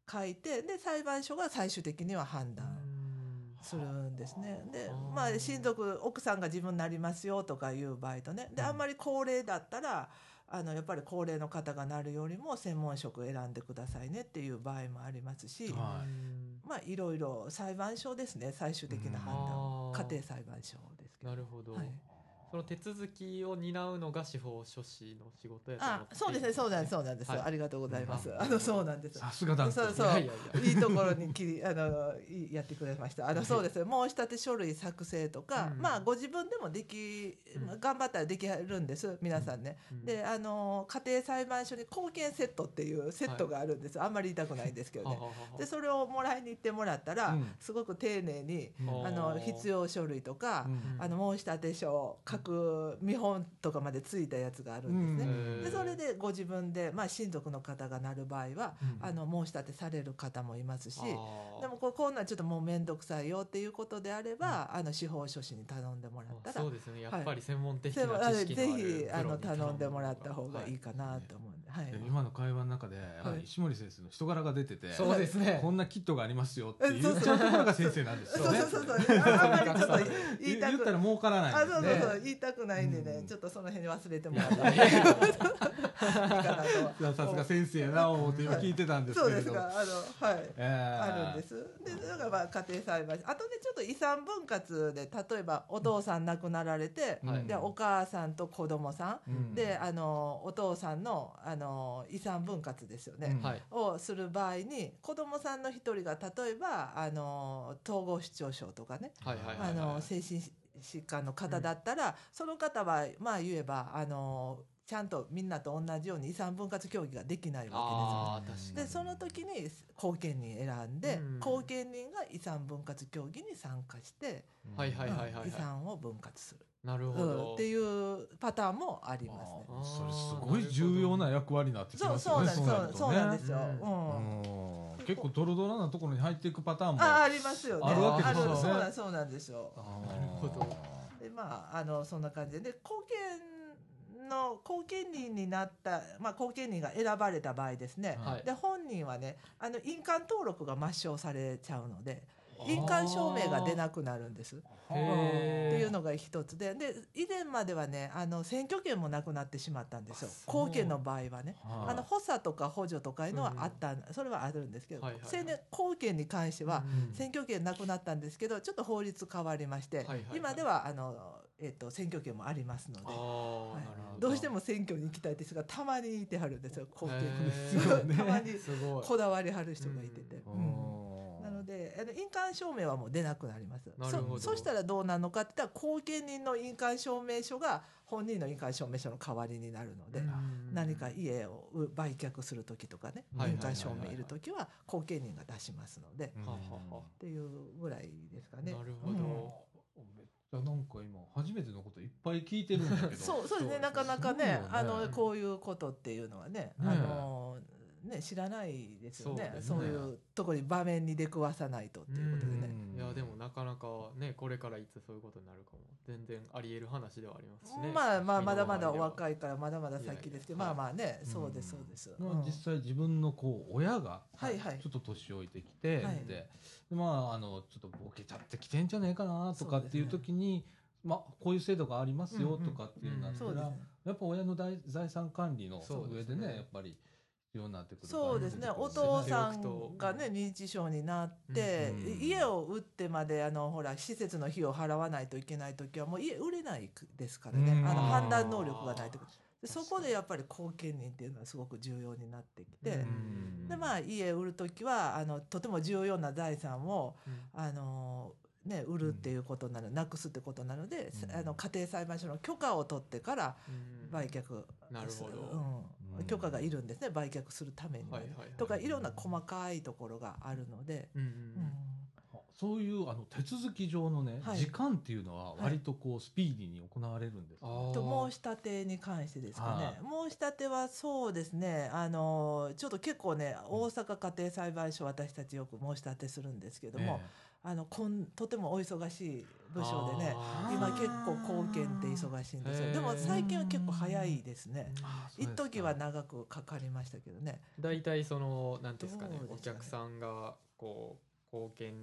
Speaker 3: 書いて、で、裁判所が最終的には判
Speaker 2: う
Speaker 3: 断。
Speaker 2: ん
Speaker 3: するんですね。で
Speaker 2: あー、
Speaker 3: まあ親族奥さんが自分になりますよとかいう場合とね。で、
Speaker 2: うん
Speaker 3: あんまり高齢だったら。あのやっぱり高齢の方がなるよりも専門職選んでくださいねっていう場合もありますし、
Speaker 1: は
Speaker 2: う
Speaker 1: い
Speaker 2: ん
Speaker 3: まあいろいろ裁判所ですね最終的な判
Speaker 2: うんあー
Speaker 3: 断家庭裁判所ですけど
Speaker 2: なるほど、
Speaker 3: はい
Speaker 2: その手続きを担うのが司法書士の仕事やと思っ
Speaker 3: あ
Speaker 2: て
Speaker 3: そうですねそうなんですそうなんです、
Speaker 2: はい
Speaker 3: ありがとうございます、
Speaker 2: うん
Speaker 3: あのそうなんです
Speaker 1: さすが団長
Speaker 3: そう
Speaker 2: いやいやいや
Speaker 3: いいところに切りあのいやってくれましたあの
Speaker 2: はい
Speaker 3: そうですね申し立て書類作成とか、
Speaker 2: うん
Speaker 3: まあご自分でもでき、
Speaker 2: うん
Speaker 3: 頑張ったらできるんです皆さんね、
Speaker 2: うん
Speaker 3: であの家庭裁判所に貢献セットっていうセットがあるんです、あんまり言いたくないんですけど
Speaker 2: は
Speaker 3: ね
Speaker 2: ははは
Speaker 3: でそれをもらいに行ってもらったら、
Speaker 1: うん
Speaker 3: すごく丁寧に
Speaker 1: うん
Speaker 3: あ
Speaker 2: あ
Speaker 3: の
Speaker 2: ー
Speaker 3: 必要書類とか、
Speaker 1: うん
Speaker 3: あの申し立て書書く見本とかまでついたやつがあるんですね、
Speaker 2: うん
Speaker 3: でそれでご自分で、まあ、親族の方がなる場合は、
Speaker 1: うん
Speaker 3: あの申し立てされる方もいますし
Speaker 2: あー
Speaker 3: でもこうこんなんちょっともう面倒くさいよっていうことであれば、あの司法書士に頼んでもらった
Speaker 2: あ
Speaker 3: ら
Speaker 2: そうですねやっぱり専門的
Speaker 3: で
Speaker 2: な
Speaker 3: もあの
Speaker 2: 知識
Speaker 3: ぜ
Speaker 2: のある
Speaker 3: ひあ
Speaker 2: プロ
Speaker 3: の
Speaker 2: に頼
Speaker 3: 頼んでもらった方がいい
Speaker 2: は
Speaker 3: かなと思うんで、はい
Speaker 1: いや今の会話の中で、やっぱり石森先生の人柄が出てて、
Speaker 2: そうですね
Speaker 1: こんなキットがありますよって
Speaker 3: え
Speaker 1: 言
Speaker 3: そう
Speaker 1: っ
Speaker 3: そう
Speaker 1: ちゃうところが先生なんです
Speaker 3: そう
Speaker 1: よね。
Speaker 3: そうそうそうああんまりちょっと言
Speaker 1: 言
Speaker 3: い
Speaker 1: ったた
Speaker 3: く
Speaker 1: ら儲からな
Speaker 3: あ
Speaker 1: いんで
Speaker 3: そ
Speaker 1: す
Speaker 3: うそう
Speaker 1: ね。
Speaker 3: そう言いたくないんでね、
Speaker 1: うん
Speaker 3: ちょっとその辺に忘れてもらったらいいかなと
Speaker 1: いやさすが先生やな思って今聞いてたんです
Speaker 3: そう
Speaker 1: け
Speaker 3: で
Speaker 1: れ
Speaker 3: す
Speaker 1: ども。
Speaker 3: があのはい
Speaker 1: えー
Speaker 3: あるんです。で、それがまあ家庭裁判所。あとね、ちょっと遺産分割で、例えばお父さん亡くなられて、
Speaker 1: はい
Speaker 3: で、お母さんと子供さん、
Speaker 1: うん
Speaker 3: で、あの、お父さんの、あの、遺産分割ですよね。
Speaker 1: うん
Speaker 2: はい
Speaker 3: をする場合に、子供さんの一人が、例えば、あの、統合失調症とかね、
Speaker 2: はいはいは
Speaker 3: あ
Speaker 2: いは
Speaker 3: の、
Speaker 2: い
Speaker 3: 精神疾患の方だったら、その方は、まあ言えば、あの、ちゃんとみんなと同じように遺産分割協議ができないわけですよ
Speaker 2: ああ確か
Speaker 3: ね。で
Speaker 2: に
Speaker 3: その時に後見人選んで、
Speaker 2: うん
Speaker 3: 後見人が遺産分割協議に参加して、
Speaker 2: はいはいはいはい
Speaker 3: うん遺産を分割する、
Speaker 2: なるほ
Speaker 3: うん
Speaker 2: ど
Speaker 3: っていうパターンもありますね。
Speaker 1: あーそれすごい重要な役割になってき
Speaker 3: そう
Speaker 1: ます
Speaker 3: そ
Speaker 1: よ
Speaker 3: う
Speaker 1: ね。
Speaker 3: なんですそ
Speaker 1: るとね
Speaker 3: うそうなんですよ。
Speaker 2: う
Speaker 3: うん
Speaker 1: うん結構ドロドロなところに入っていくパターンも。
Speaker 3: あありますよね。
Speaker 1: あ
Speaker 2: るわけですよね
Speaker 3: あるそうなんそうなんですよ。
Speaker 1: あー
Speaker 2: なるほど
Speaker 3: でまああのそんな感じでで後見の後見人になったまあ後見人が選ばれた場合ですね。
Speaker 2: はい
Speaker 3: で本人はねあの印鑑登録が抹消されちゃうので
Speaker 1: あー
Speaker 3: 印鑑証明が出なくなるんです。
Speaker 2: へー
Speaker 3: っていうのが一つでで以前まではねあの選挙権もなくなってしまったんですよ
Speaker 2: あそう
Speaker 3: 貢献の場合はね。
Speaker 1: はい
Speaker 3: あの補佐とか補助とかいうのはあった、それはあるんですけど、
Speaker 2: はいはいはい
Speaker 3: 青年貢献に関しては
Speaker 2: うん
Speaker 3: 選挙権なくなったんですけどちょっと法律変わりまして、
Speaker 2: いはいはい
Speaker 3: 今ではあの、えっと選挙権もありますので
Speaker 2: あ。ー
Speaker 3: はい
Speaker 2: なるほ
Speaker 3: どうしても選挙に行きたいですがたまにいてはるんですよ貢献に
Speaker 2: へーすごい
Speaker 1: ね
Speaker 3: たまに
Speaker 2: すごい
Speaker 3: こだわりはる人がいてて、
Speaker 1: あー
Speaker 3: うんなのであの印鑑証明はもう出なくなります
Speaker 2: なるほど
Speaker 3: そそしたらどうなるのかって言ったら後見人の印鑑証明書が本人の印鑑証明書の代わりになるので、
Speaker 2: うん
Speaker 3: 何か家をう売却する時とかね、
Speaker 2: はいはいはいはい
Speaker 3: 印鑑証明いる時は後見人が出しますので、っ
Speaker 2: ははは
Speaker 3: ていうぐらいですかね。
Speaker 2: なるほど
Speaker 3: うん
Speaker 1: めっちゃなんか今初めてのこといっぱい聞いてるんだけど。
Speaker 3: そうそうです
Speaker 2: そ
Speaker 3: ねな
Speaker 2: うです
Speaker 3: か
Speaker 2: ね
Speaker 3: なか
Speaker 1: すごいよ
Speaker 3: ね
Speaker 1: ね
Speaker 3: あのこういうことっていうのはねあのね知らないですよね
Speaker 2: そう
Speaker 3: そう
Speaker 2: です
Speaker 1: ね
Speaker 3: いうところに場面に出くわさないとっていうことでね。
Speaker 1: ん
Speaker 2: いやでもなかなかねこれからいつそういうことになるかも全然ありえる話ではありますしね
Speaker 3: まあまあまだまだお
Speaker 2: い
Speaker 3: 若いからまだまだ先ですけど
Speaker 2: いやいや
Speaker 3: まあまあね
Speaker 2: うん
Speaker 3: そうですそうです、
Speaker 1: まあ
Speaker 3: うん
Speaker 1: 実際自分のこう親が
Speaker 3: はいはい
Speaker 1: ちょっと年老いてきて、
Speaker 3: はい
Speaker 1: ででまああのちょっとボケちゃってきてんじゃねえかなとかっていう
Speaker 3: そうです
Speaker 1: 時に、まあこういう制度があります
Speaker 3: うん
Speaker 1: よ
Speaker 3: うん
Speaker 1: とかっていうのがあった
Speaker 3: そう
Speaker 1: ら、
Speaker 3: ですね
Speaker 1: やっぱ親の大財産管理の
Speaker 2: そう
Speaker 1: 上
Speaker 2: で
Speaker 1: で
Speaker 2: すね
Speaker 1: ねやっぱり必要になってくる
Speaker 3: そうですねお父さんがね認知症になって、
Speaker 1: うんうん
Speaker 3: 家を売ってまであのほら施設の費用を払わないといけない時はもう家売れないですからね、
Speaker 1: うん
Speaker 3: あの
Speaker 1: あー
Speaker 3: 判断能力がないとで
Speaker 2: 確か
Speaker 3: そ
Speaker 2: に
Speaker 3: こでやっぱり後見人っていうのはすごく重要になってきて、
Speaker 1: うん
Speaker 3: でまあ家売る時はあのとても重要な財産をあのね、売るっていうことなの、なくすってことなので、
Speaker 1: うん
Speaker 3: あの家庭裁判所の許可を取ってから売却する、
Speaker 2: なるほど
Speaker 3: うん
Speaker 1: うん
Speaker 3: 許可がいるんですね売却するためにはね、
Speaker 2: はいはいはい
Speaker 3: とかいろんな細かいところがあるので、
Speaker 2: うんうん
Speaker 3: うん
Speaker 1: そういうあの手続き上のね、
Speaker 3: はい
Speaker 1: 時間っていうのは
Speaker 3: はい
Speaker 1: 割とこうスピーディーに行われるんですね、
Speaker 2: あ
Speaker 3: と申し立てに関してですか
Speaker 1: は
Speaker 3: ね申し立てはそうですねあのちょっと結構ね大阪家庭裁判所私たちよく申し立てするんですけども、
Speaker 1: え
Speaker 3: あのこんとてもお忙しい部署でね
Speaker 2: あー
Speaker 3: 今結構貢献って忙しいんです
Speaker 2: へ
Speaker 3: よ
Speaker 2: ー
Speaker 3: でも最近は結構早いですね
Speaker 1: えああそう
Speaker 3: 一
Speaker 1: ですか
Speaker 3: 時は長くかかりましたけどね
Speaker 2: 大体その何ですかね
Speaker 3: どう
Speaker 2: お
Speaker 3: ですかね
Speaker 2: 客さんがこう貢献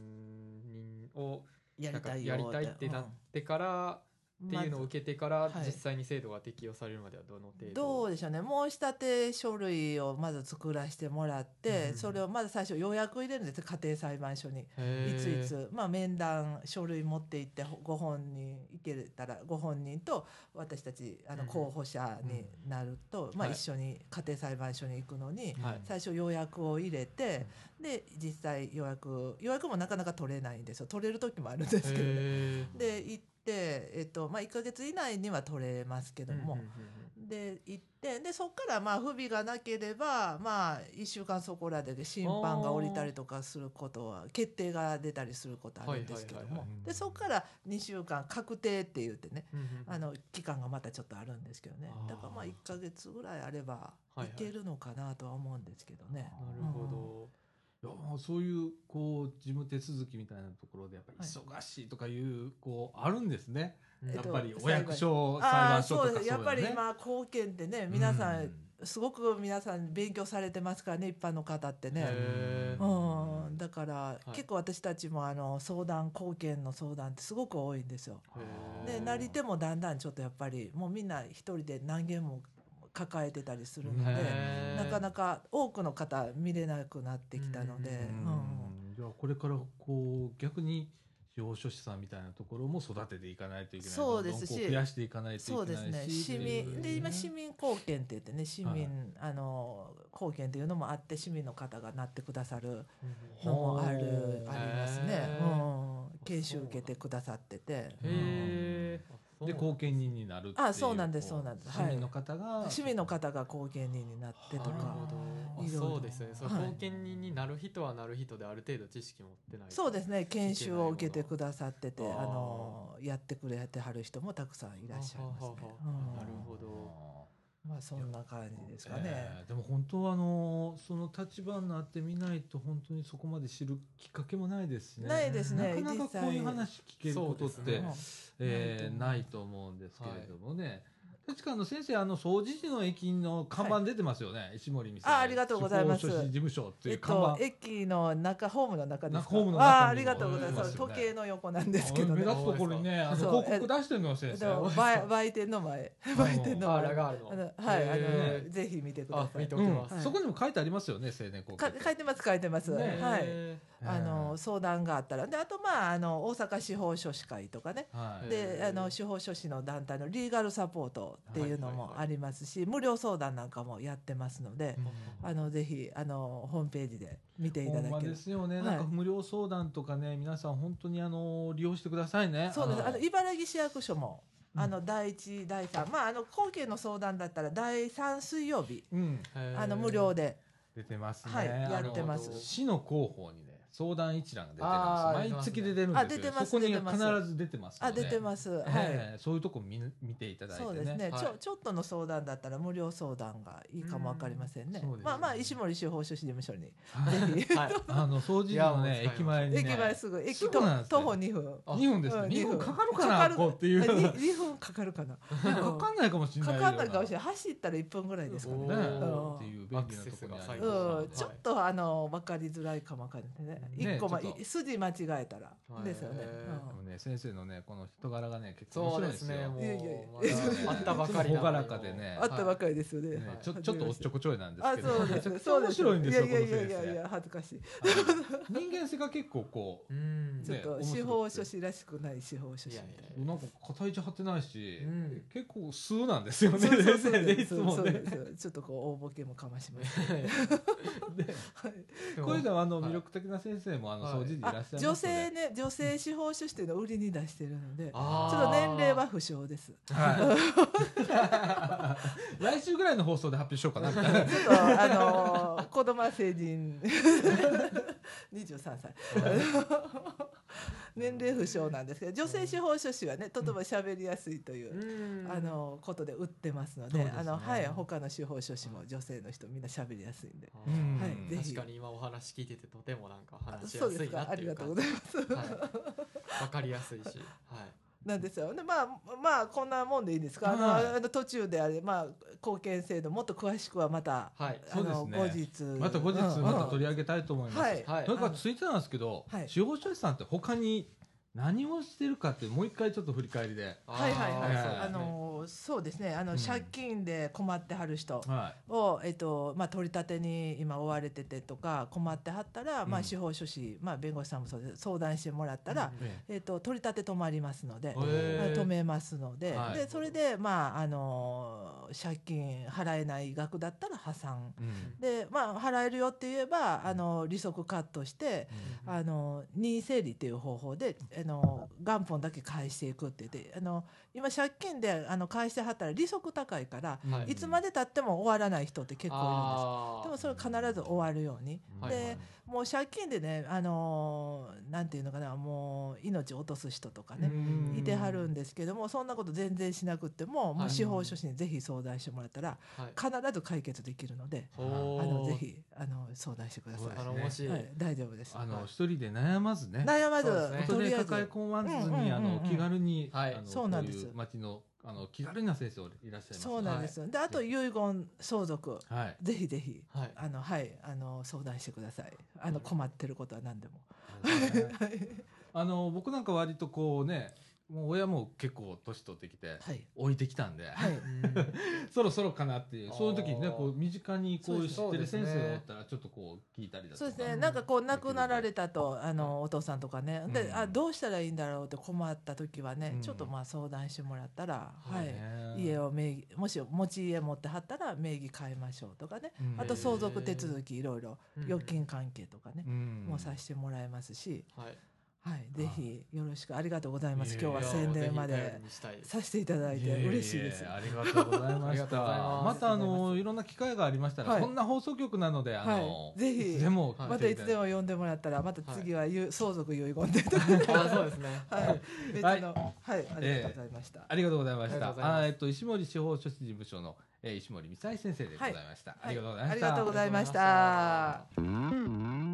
Speaker 2: 人を
Speaker 3: や
Speaker 2: な
Speaker 3: り
Speaker 2: んか
Speaker 3: たいよ
Speaker 2: やりたいってなってから
Speaker 3: うん
Speaker 2: っていうのを
Speaker 3: ま
Speaker 2: 受けてから
Speaker 3: はい
Speaker 2: 実際に制度が適用されるまではどの程
Speaker 3: ず
Speaker 2: 度
Speaker 3: どうでしょうね申し立て書類をまず作らせてもらって、
Speaker 2: うん
Speaker 3: それをまず最初予約入れるんです家庭裁判所に。い
Speaker 2: い
Speaker 3: ついつ、まあ、面談書類持って行ってほご本人行けたらご本人と私たちあの
Speaker 2: うん
Speaker 3: 候補者になると、まあ、
Speaker 2: はい
Speaker 3: 一緒に家庭裁判所に行くのに、
Speaker 2: はい
Speaker 3: 最初予約を入れて、で実際予約予約もなかなか取れないんですよ取れる時もあるんですけど、ね、
Speaker 2: へー
Speaker 3: で行って、えっとまあ、1ヶ月以内には取れますけども、
Speaker 2: うんうんうんうん
Speaker 3: で行ってでそこからまあ不備がなければ、まあ、1週間そこらで審判が降りたりとかすることは決定が出たりすることあるんですけど
Speaker 2: はいはい
Speaker 3: も
Speaker 1: はいはい
Speaker 3: でそこから2週間確定って言ってね
Speaker 2: うんうん
Speaker 3: あの期間がまたちょっとあるんですけどね
Speaker 2: あー
Speaker 3: だからまあ1ヶ月ぐらいあれば
Speaker 2: いはい
Speaker 3: いけるのかなとは思うんですけどね。
Speaker 2: なるほど。
Speaker 1: いやまあそういうこう事務手続きみたいなところでやっぱり
Speaker 3: はい
Speaker 1: 忙しいとかいうこうあるんですね、
Speaker 3: えっ
Speaker 1: やっ
Speaker 3: と
Speaker 1: ぱりお役所裁
Speaker 3: ああ
Speaker 1: 判
Speaker 3: ー
Speaker 1: 所とかそ
Speaker 3: そ
Speaker 1: うう
Speaker 3: ですやっぱり
Speaker 1: だよね
Speaker 3: 今貢献ってね皆さ
Speaker 1: うん
Speaker 3: すごく皆さん勉強されてますからね一般の方ってね。
Speaker 2: へー
Speaker 3: うん、だから、
Speaker 2: い
Speaker 3: 結構私たちもあの相談貢献の相談ってすごく多いんですよ。
Speaker 2: へ
Speaker 3: で
Speaker 2: ー
Speaker 3: なり手もだんだんちょっとやっぱりもうみんな一人で何件も抱えてたりするので
Speaker 2: へー
Speaker 3: なかなか多くの方見れなくなってきたので、
Speaker 2: う
Speaker 3: うん
Speaker 1: うん
Speaker 3: ん
Speaker 1: じゃあこれからこう逆に司法書士さんみたいなところも育てていかないといけない
Speaker 3: そうですし
Speaker 1: どんどんこう増やしていかないといけないし
Speaker 3: そうですね市
Speaker 1: っていう
Speaker 3: 民
Speaker 1: ね
Speaker 3: で今市民貢献って言ってね市民、
Speaker 1: はい
Speaker 3: あの貢献っていうのもあって市民の方がなってくださる
Speaker 2: うん
Speaker 3: のもあ
Speaker 1: ほ
Speaker 3: る
Speaker 1: う
Speaker 3: ありますね
Speaker 2: へ、ー
Speaker 3: うん、研修受けてくださってて。
Speaker 2: うんへーあそう
Speaker 1: で貢献人になるっていう
Speaker 3: あそうなんです
Speaker 1: こ
Speaker 3: そうなんです
Speaker 1: 市
Speaker 3: はい
Speaker 1: 民の方が
Speaker 3: 市民の方が後見人になってと
Speaker 2: なる
Speaker 3: か
Speaker 2: ほどあ
Speaker 3: いろいろ
Speaker 2: そうですねそう
Speaker 3: はい
Speaker 2: 貢献人になる人はなる人である程度知識持ってないと
Speaker 3: そうですね研修を受けてくださってて
Speaker 2: あー
Speaker 3: あのやってくれてはる人もたくさんいらっしゃいます
Speaker 2: は
Speaker 3: ね
Speaker 2: ははは。
Speaker 3: うん
Speaker 2: なるほど
Speaker 3: まあそんな感じですか
Speaker 1: え
Speaker 3: ね。
Speaker 1: ーでも本当はあのその立場になってみないと本当にそこまで知るきっかけもないですしね。
Speaker 3: ないですね
Speaker 1: なかなかこういう
Speaker 3: 実際
Speaker 1: 話聞けることっ
Speaker 2: そう
Speaker 1: て、
Speaker 2: ですね
Speaker 1: えーな
Speaker 3: ないい
Speaker 1: と思うんですけれどもね。確かあの先生あの総知事の駅の看板出てますよね、石森美
Speaker 3: あありがとうございます
Speaker 1: 司法書士事務所ってい
Speaker 3: え
Speaker 1: う
Speaker 3: っ
Speaker 1: 看
Speaker 3: と
Speaker 1: 板、
Speaker 3: 駅の中ホームの中です
Speaker 1: な
Speaker 3: か。
Speaker 1: ホームの中にも
Speaker 3: あーありがとうございます。
Speaker 1: ありますよね
Speaker 3: 時計の横なんですけど
Speaker 1: 目
Speaker 3: ね。
Speaker 1: 立つところにねあの
Speaker 3: そう
Speaker 1: 広告出してるのよ先
Speaker 3: で
Speaker 1: 生
Speaker 3: も売売店の 前売店の
Speaker 2: あ
Speaker 3: 前
Speaker 2: ラ。ガールの
Speaker 3: あのはいあ
Speaker 2: へ
Speaker 3: の
Speaker 2: ー
Speaker 3: ぜひ見てくだ
Speaker 2: あ
Speaker 3: さ
Speaker 2: 見
Speaker 3: い
Speaker 2: て。お
Speaker 1: う
Speaker 2: き
Speaker 1: ん
Speaker 2: ます
Speaker 3: はい
Speaker 1: そこにも書いてありますよね青年広
Speaker 3: か
Speaker 1: 告
Speaker 3: 書いてます書いてます。
Speaker 1: ね
Speaker 3: は
Speaker 2: へ
Speaker 3: い。
Speaker 1: えー
Speaker 3: あの相談があったらであとまああの大阪司法書士会とかね
Speaker 1: はい
Speaker 2: へ
Speaker 3: で
Speaker 2: ー
Speaker 3: あの司法書士の団体のリーガルサポートっていうの
Speaker 2: はいはい
Speaker 3: も
Speaker 2: はい
Speaker 3: ありますし、無料相談なんかもやってますので、
Speaker 1: うん
Speaker 3: あのぜひあのホームページで見てい
Speaker 1: ほ
Speaker 3: た
Speaker 1: ん
Speaker 3: だ
Speaker 1: ま
Speaker 3: け
Speaker 1: で
Speaker 3: る
Speaker 1: すよね、
Speaker 3: はい
Speaker 1: なんか無料相談とかね皆さん本当にあの利用してくださいね
Speaker 3: そうです
Speaker 1: あ
Speaker 3: あ
Speaker 1: の
Speaker 3: の茨城市役所もあの第一第三まああの後継の相談だったら第三水曜日
Speaker 1: うん
Speaker 2: ー
Speaker 3: あの無料で
Speaker 1: 出てますね、
Speaker 3: はい
Speaker 1: あの
Speaker 3: やってます
Speaker 2: なるほど
Speaker 1: 市の広報にね相談一覧が出てるんです毎
Speaker 2: あー
Speaker 1: 月で出るん
Speaker 3: あ
Speaker 1: です
Speaker 3: 出て
Speaker 1: よ
Speaker 3: ます
Speaker 1: そこに
Speaker 3: 出てます
Speaker 1: 必ず出てますの
Speaker 3: あ
Speaker 1: で
Speaker 3: 出てます。はい。
Speaker 1: ええそういうとこ見見ていただいてね
Speaker 3: そうですね、
Speaker 2: はい
Speaker 3: ちょちょっとの相談だったら無料相談がいいかもわかりませんね
Speaker 1: うんそうですね
Speaker 3: まあまあ石森司法書士事務所に
Speaker 1: はい
Speaker 3: ぜ
Speaker 2: はい
Speaker 1: あの掃除の
Speaker 2: い
Speaker 1: ね
Speaker 2: やもう使
Speaker 1: 駅
Speaker 2: います
Speaker 1: 前に、
Speaker 3: ひ
Speaker 1: ね、
Speaker 3: 駅前すぐ駅
Speaker 1: す
Speaker 3: と
Speaker 1: ぐなんですよ
Speaker 3: 徒歩二分
Speaker 2: あ
Speaker 1: 2分ですね
Speaker 3: うん
Speaker 1: 2分かかるか
Speaker 3: か
Speaker 1: な
Speaker 3: る
Speaker 1: こうって
Speaker 3: あ
Speaker 1: いう
Speaker 3: に
Speaker 1: ね
Speaker 3: 二分かかる かな
Speaker 1: かかんないかもしれ
Speaker 3: か
Speaker 1: ない
Speaker 3: かんないかもしれ
Speaker 1: ない
Speaker 3: ない走ったら一分ぐらいですかね
Speaker 2: お
Speaker 1: ね
Speaker 3: ー
Speaker 1: っていう便利なところにあり
Speaker 2: ー
Speaker 1: ま
Speaker 3: うん、
Speaker 1: す
Speaker 3: ちょっとあの分かりづらいかもわかんないね
Speaker 1: ね
Speaker 3: 一個ま
Speaker 1: ちょっと
Speaker 3: い筋間違えたら
Speaker 2: はい
Speaker 3: ですよね、
Speaker 1: で
Speaker 3: う
Speaker 1: も
Speaker 3: ん
Speaker 1: ね先生のねこの人柄がね結構面
Speaker 2: そ
Speaker 1: 白いんで
Speaker 2: うで
Speaker 1: すす
Speaker 2: ね。
Speaker 1: よ
Speaker 2: も
Speaker 3: いやいや
Speaker 2: う まだあったばかり
Speaker 1: い
Speaker 2: な
Speaker 1: つも
Speaker 2: の
Speaker 1: 朗らかでね
Speaker 3: あったばかりですよね、
Speaker 1: ね
Speaker 2: はい
Speaker 1: ちょちょっとおっちょこちょいなんです
Speaker 3: あ
Speaker 1: けど
Speaker 3: そう
Speaker 1: めち
Speaker 3: で
Speaker 1: ゃ
Speaker 3: す
Speaker 1: くちゃ面白いんですよ
Speaker 3: い
Speaker 1: こ
Speaker 3: や
Speaker 1: の
Speaker 3: いや
Speaker 1: 先
Speaker 3: いやいやい
Speaker 1: 生
Speaker 3: や恥ずかしい
Speaker 1: あの人間性が結構こ
Speaker 2: うん
Speaker 3: ちょっと
Speaker 1: ね
Speaker 3: 司法書士らしくない司法書
Speaker 2: い
Speaker 3: 士
Speaker 2: やい
Speaker 3: みたいな
Speaker 1: うなんか肩いち張ってないし、
Speaker 2: うん
Speaker 1: 結構素なんですよね
Speaker 3: そうそう
Speaker 1: 先
Speaker 3: そう
Speaker 1: 生ねいつも
Speaker 3: そう
Speaker 1: ね
Speaker 3: そうそうちょっとこう大ボケもかまします
Speaker 2: や。
Speaker 1: で
Speaker 3: はい
Speaker 1: こういうのはあの
Speaker 2: はい
Speaker 1: 魅力的な先生もあの
Speaker 2: はい
Speaker 1: 掃除でいらっしゃいま
Speaker 3: あ
Speaker 1: すので
Speaker 3: 女性ね女性司法書士というのを売りに出してるのでちょ
Speaker 2: あ
Speaker 3: っ
Speaker 2: ー
Speaker 3: と年齢は不詳です
Speaker 1: はい。 来週ぐらいの放送で発表しようかなみたい な。
Speaker 3: ちょっとあのー子供は成人 23歳年齢不詳なんですけど女性司法書士はねとても喋りやすいというう、
Speaker 2: ん
Speaker 3: あのことで売ってますの
Speaker 2: そう
Speaker 3: で
Speaker 2: ですね
Speaker 3: あのはい他の司法書士も女性の人みんな喋りやすいんで。
Speaker 2: う
Speaker 1: うん
Speaker 2: ん
Speaker 3: はいぜひ
Speaker 2: 確かに今お話聞いててとてもなんか
Speaker 3: あ
Speaker 2: 話し
Speaker 3: そ
Speaker 2: や
Speaker 3: う
Speaker 2: す
Speaker 3: です
Speaker 2: いな
Speaker 3: か。
Speaker 2: って
Speaker 3: あり
Speaker 2: いう
Speaker 3: がとうご
Speaker 2: 感じ
Speaker 3: ざいます。
Speaker 2: はいわかりやすいし、はい。
Speaker 3: なんですよ。でまあまあこんなもんでいいんですか。あの,、
Speaker 1: はい
Speaker 3: あの途中であれまあ貢献制度もっと詳しくはまた、
Speaker 2: はい
Speaker 3: あの
Speaker 1: そうですね
Speaker 3: 後日
Speaker 1: また後日また取
Speaker 3: り
Speaker 1: り上げたいと思います。
Speaker 3: はい
Speaker 2: はい
Speaker 1: とにかくついてなんですけど
Speaker 3: は、い
Speaker 1: 司法書士さんって他に何をしてるかってもう一回ちょっと振り返りで。
Speaker 3: はいはいはいい
Speaker 1: は
Speaker 3: あのそうですねあの、
Speaker 1: うん
Speaker 3: 借金で困ってはる人
Speaker 1: は
Speaker 3: を、えっとまあ、取り立てに今追われててとか困ってはったら、ま
Speaker 1: う
Speaker 3: あ、
Speaker 1: ん
Speaker 3: 司法書士、まあ、弁護士さんもそうです相談してもらったら、
Speaker 1: い。
Speaker 3: えっと、取り立て止まりますので、
Speaker 1: へー
Speaker 3: 止めますので,、
Speaker 1: はい
Speaker 3: でそれで、まあ、あの借金払えない額だったら破産
Speaker 1: うん
Speaker 3: で、まあ、払えるよって言えばあの利息カットして。あの任意整理っていう方法であの元本だけ返していくって言ってあの今借金であの返してはったら利息高いから、
Speaker 1: うん
Speaker 2: はい
Speaker 3: いつまでたっても終わらない人って結構いるんです
Speaker 2: あー
Speaker 3: でもそれ必ず終わるように、
Speaker 1: はい
Speaker 3: で、
Speaker 2: はい
Speaker 3: もう借金でね、あのーなんていうのかなもう命を落とす人とかね、
Speaker 1: うん
Speaker 3: いてはるんですけどもそんなこと全然しなくってもも
Speaker 2: は
Speaker 3: う
Speaker 2: い
Speaker 3: 司法書士にぜひ相談してもらったら
Speaker 2: はい
Speaker 3: 必ず解決できるので、
Speaker 2: おー
Speaker 3: あのぜひあの相談してくださ
Speaker 1: そうですね
Speaker 3: い。
Speaker 2: 頼もしい。
Speaker 3: はい、大丈夫です。
Speaker 1: あ
Speaker 3: は
Speaker 1: の
Speaker 3: い
Speaker 1: 一人で悩まずね。
Speaker 3: 悩まず、
Speaker 2: そうですね
Speaker 3: と
Speaker 1: と
Speaker 3: り
Speaker 1: り
Speaker 3: あ
Speaker 1: あえ
Speaker 3: えず
Speaker 1: ず抱え込まず
Speaker 3: うんうんうんう
Speaker 1: に
Speaker 3: ん
Speaker 1: あの気軽に
Speaker 2: はい
Speaker 1: あの
Speaker 3: そうなんです
Speaker 1: こい町のあの気軽な先生いらっしゃいます。
Speaker 3: そうなんですよ、であと遺言相続
Speaker 1: はい。
Speaker 3: ぜひぜひ
Speaker 2: はい。
Speaker 3: あのはいあの相談してくださいあの困ってることは何でも
Speaker 1: あの僕なんか割とこうねもう親も結構年取ってきて
Speaker 3: はい
Speaker 1: 置いてきたんで、
Speaker 3: はい
Speaker 1: そろそろかなっていう
Speaker 2: あー
Speaker 1: そういう時にねこう身近にこ
Speaker 3: そう
Speaker 1: う
Speaker 3: で
Speaker 1: 知
Speaker 3: す
Speaker 1: ってる先生
Speaker 2: そう
Speaker 1: がお
Speaker 2: ですね
Speaker 1: ったらちょっとこう聞いたりだと
Speaker 3: そ
Speaker 1: か
Speaker 3: うですね、なんかこう亡くなられたとあ
Speaker 1: は
Speaker 3: のお父さんとかねで、
Speaker 1: うん
Speaker 3: あどうしたらいいんだろうって困った時はね、
Speaker 1: うん
Speaker 3: ちょっとまあ相談してもらったら、
Speaker 2: そう
Speaker 3: はい
Speaker 1: ね
Speaker 3: 家を名義もし持ち家持ってはったら名義変えましょうとかね、
Speaker 1: うん
Speaker 3: あと相続手続きいろいろ
Speaker 2: うん
Speaker 3: 預金関係とかね、
Speaker 1: ん
Speaker 3: もうさせてもらいますし、
Speaker 2: はい。
Speaker 3: はい、ぜひよろしくありがとうございます
Speaker 1: いえいえ
Speaker 3: 今日は宣伝ま
Speaker 2: いやもうぜひ頼
Speaker 3: で
Speaker 2: りにしたいです
Speaker 3: させていただいて
Speaker 1: ええ
Speaker 3: 嬉しいです。
Speaker 1: ありがとうござい
Speaker 2: あ
Speaker 1: ま
Speaker 2: り
Speaker 1: し
Speaker 2: が
Speaker 1: た
Speaker 2: とうござい
Speaker 1: ま
Speaker 2: ます
Speaker 1: たあのいろんな機会がありましたら、
Speaker 3: はい
Speaker 1: こんな放送局なのであの、
Speaker 3: はいぜひ
Speaker 1: いつでも
Speaker 2: はい
Speaker 3: またいつで
Speaker 1: も
Speaker 3: も呼んでもらったらまた次はゆ相続遺言でとか
Speaker 2: あ、そうですね。
Speaker 3: はい、別の、
Speaker 1: は
Speaker 3: はいい、ありがとうございました。
Speaker 1: ありがとうございまし
Speaker 2: ありが
Speaker 1: た
Speaker 2: とうございます
Speaker 1: あえっと石森司法書士事務所の、えー石森美咲先生でございました、ありがとうございました、
Speaker 3: ありがとうございまし
Speaker 2: ありがとうございました
Speaker 3: た。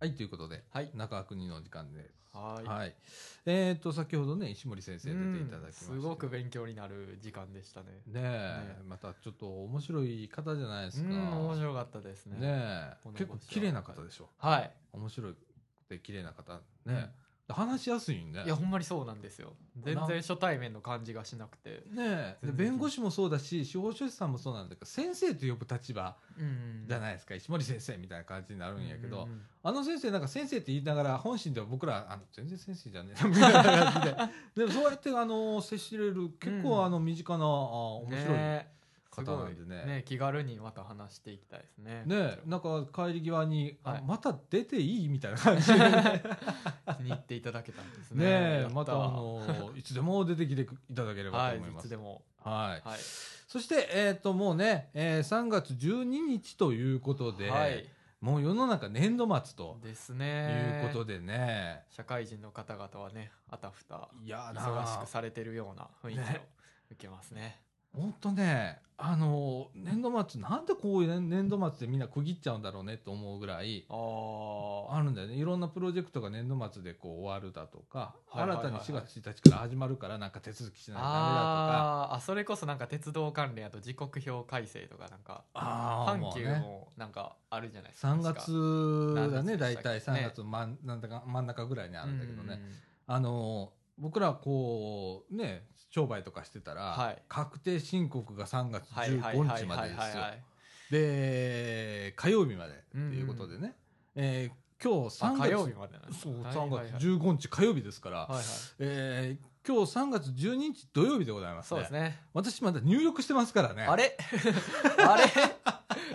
Speaker 1: はい、ということで、
Speaker 2: はい
Speaker 1: 中川国の時間です。
Speaker 2: は
Speaker 1: はい。
Speaker 2: い
Speaker 1: えっ、と、先ほどね、石森先生出ていただきましたけど、
Speaker 2: うんすごく勉強になる時間でしたね
Speaker 1: ねえ、
Speaker 2: ね
Speaker 1: またちょっと面白い方じゃないです
Speaker 2: う
Speaker 1: か。
Speaker 2: ん面白かったですね
Speaker 1: ねえ
Speaker 2: この
Speaker 1: 結構綺麗な方でしょ。
Speaker 2: はい
Speaker 1: 面白くて綺麗な方。ねえ、話しやすいね。
Speaker 2: いやほんまにそうなんですよ全然初対面の感じがしなくて
Speaker 1: ねえで
Speaker 2: 全然
Speaker 1: 弁護士もそうだし司法書士さんもそうなんだけど先生と呼ぶ立場
Speaker 2: うん
Speaker 1: じゃ
Speaker 2: い
Speaker 1: ないですか、石森先生みたいな感じになるんやけど、
Speaker 2: うん
Speaker 1: あの先生なんか先生って言いながら本心では僕らあの全然先生じゃねえなみたいな感じででもそうやってあの接しれる結構あの身近な、あ面白いね
Speaker 2: ね
Speaker 1: 方
Speaker 2: すごい
Speaker 1: なんでね
Speaker 2: 気軽にまた話していきたいですね
Speaker 1: えなんか帰り際に、あ
Speaker 2: はい
Speaker 1: また出ていいみたいな感じ でね
Speaker 2: 気に入っていただけたんですね
Speaker 1: え
Speaker 2: やっ
Speaker 1: またあのいつでも出てきていただければ
Speaker 2: は
Speaker 1: と
Speaker 2: い
Speaker 1: 思い
Speaker 2: い
Speaker 1: ま
Speaker 2: つ
Speaker 1: す。
Speaker 2: でも
Speaker 1: はい
Speaker 2: はい
Speaker 1: そして、えっ、と、もうね、えー3月12日ということで、
Speaker 2: はい
Speaker 1: もう世の中年度末と
Speaker 2: です
Speaker 1: い
Speaker 2: ね
Speaker 1: うことでね、
Speaker 2: 社会人の方々はねあたふた
Speaker 1: いやーな
Speaker 2: 忙し
Speaker 1: あ
Speaker 2: くされてるような雰囲気を
Speaker 1: ね
Speaker 2: 受けますね
Speaker 1: ほんとね、あの、年度末、なんでこういうね年度末でみんな区切っちゃうんだろうねと思うぐらい、
Speaker 2: ああ
Speaker 1: あるんだよね。いろんなプロジェクトが年度末でこう終わるだとか、
Speaker 2: はいはいはいは
Speaker 1: 新
Speaker 2: い
Speaker 1: たに4月1日から始まるからなんか手続きしないとダメだとか、
Speaker 2: あーあそれこそなんか鉄道関連やと時刻表改正とかなんか
Speaker 1: あー
Speaker 2: 阪急
Speaker 1: もうね
Speaker 2: もなんかあるじゃないですか
Speaker 1: 3月だね、
Speaker 2: 何月で
Speaker 1: 大
Speaker 2: したっ
Speaker 1: 体
Speaker 2: け
Speaker 1: 3月の真んなんだか真ん中ぐらいにあ
Speaker 2: あ
Speaker 1: るんだけどね。あの僕らこうね商売とかしてたら、
Speaker 2: はい
Speaker 1: 確定申告が3月
Speaker 2: はいはいは
Speaker 1: 15
Speaker 2: い
Speaker 1: 日
Speaker 2: は
Speaker 1: ま
Speaker 2: い
Speaker 1: でですよ
Speaker 2: は。い
Speaker 1: で火曜日までということでね、えー今日
Speaker 2: あ
Speaker 1: 3月
Speaker 2: 火曜日までなんです
Speaker 1: そう
Speaker 2: はい
Speaker 1: 3
Speaker 2: はいはい
Speaker 1: 月15日火曜日ですから、
Speaker 2: はいはい
Speaker 1: えー今日3月12日土曜日でございます
Speaker 2: そう
Speaker 1: ね
Speaker 2: ですね
Speaker 1: 私まだ入力してますからね
Speaker 2: あれあれ
Speaker 1: 終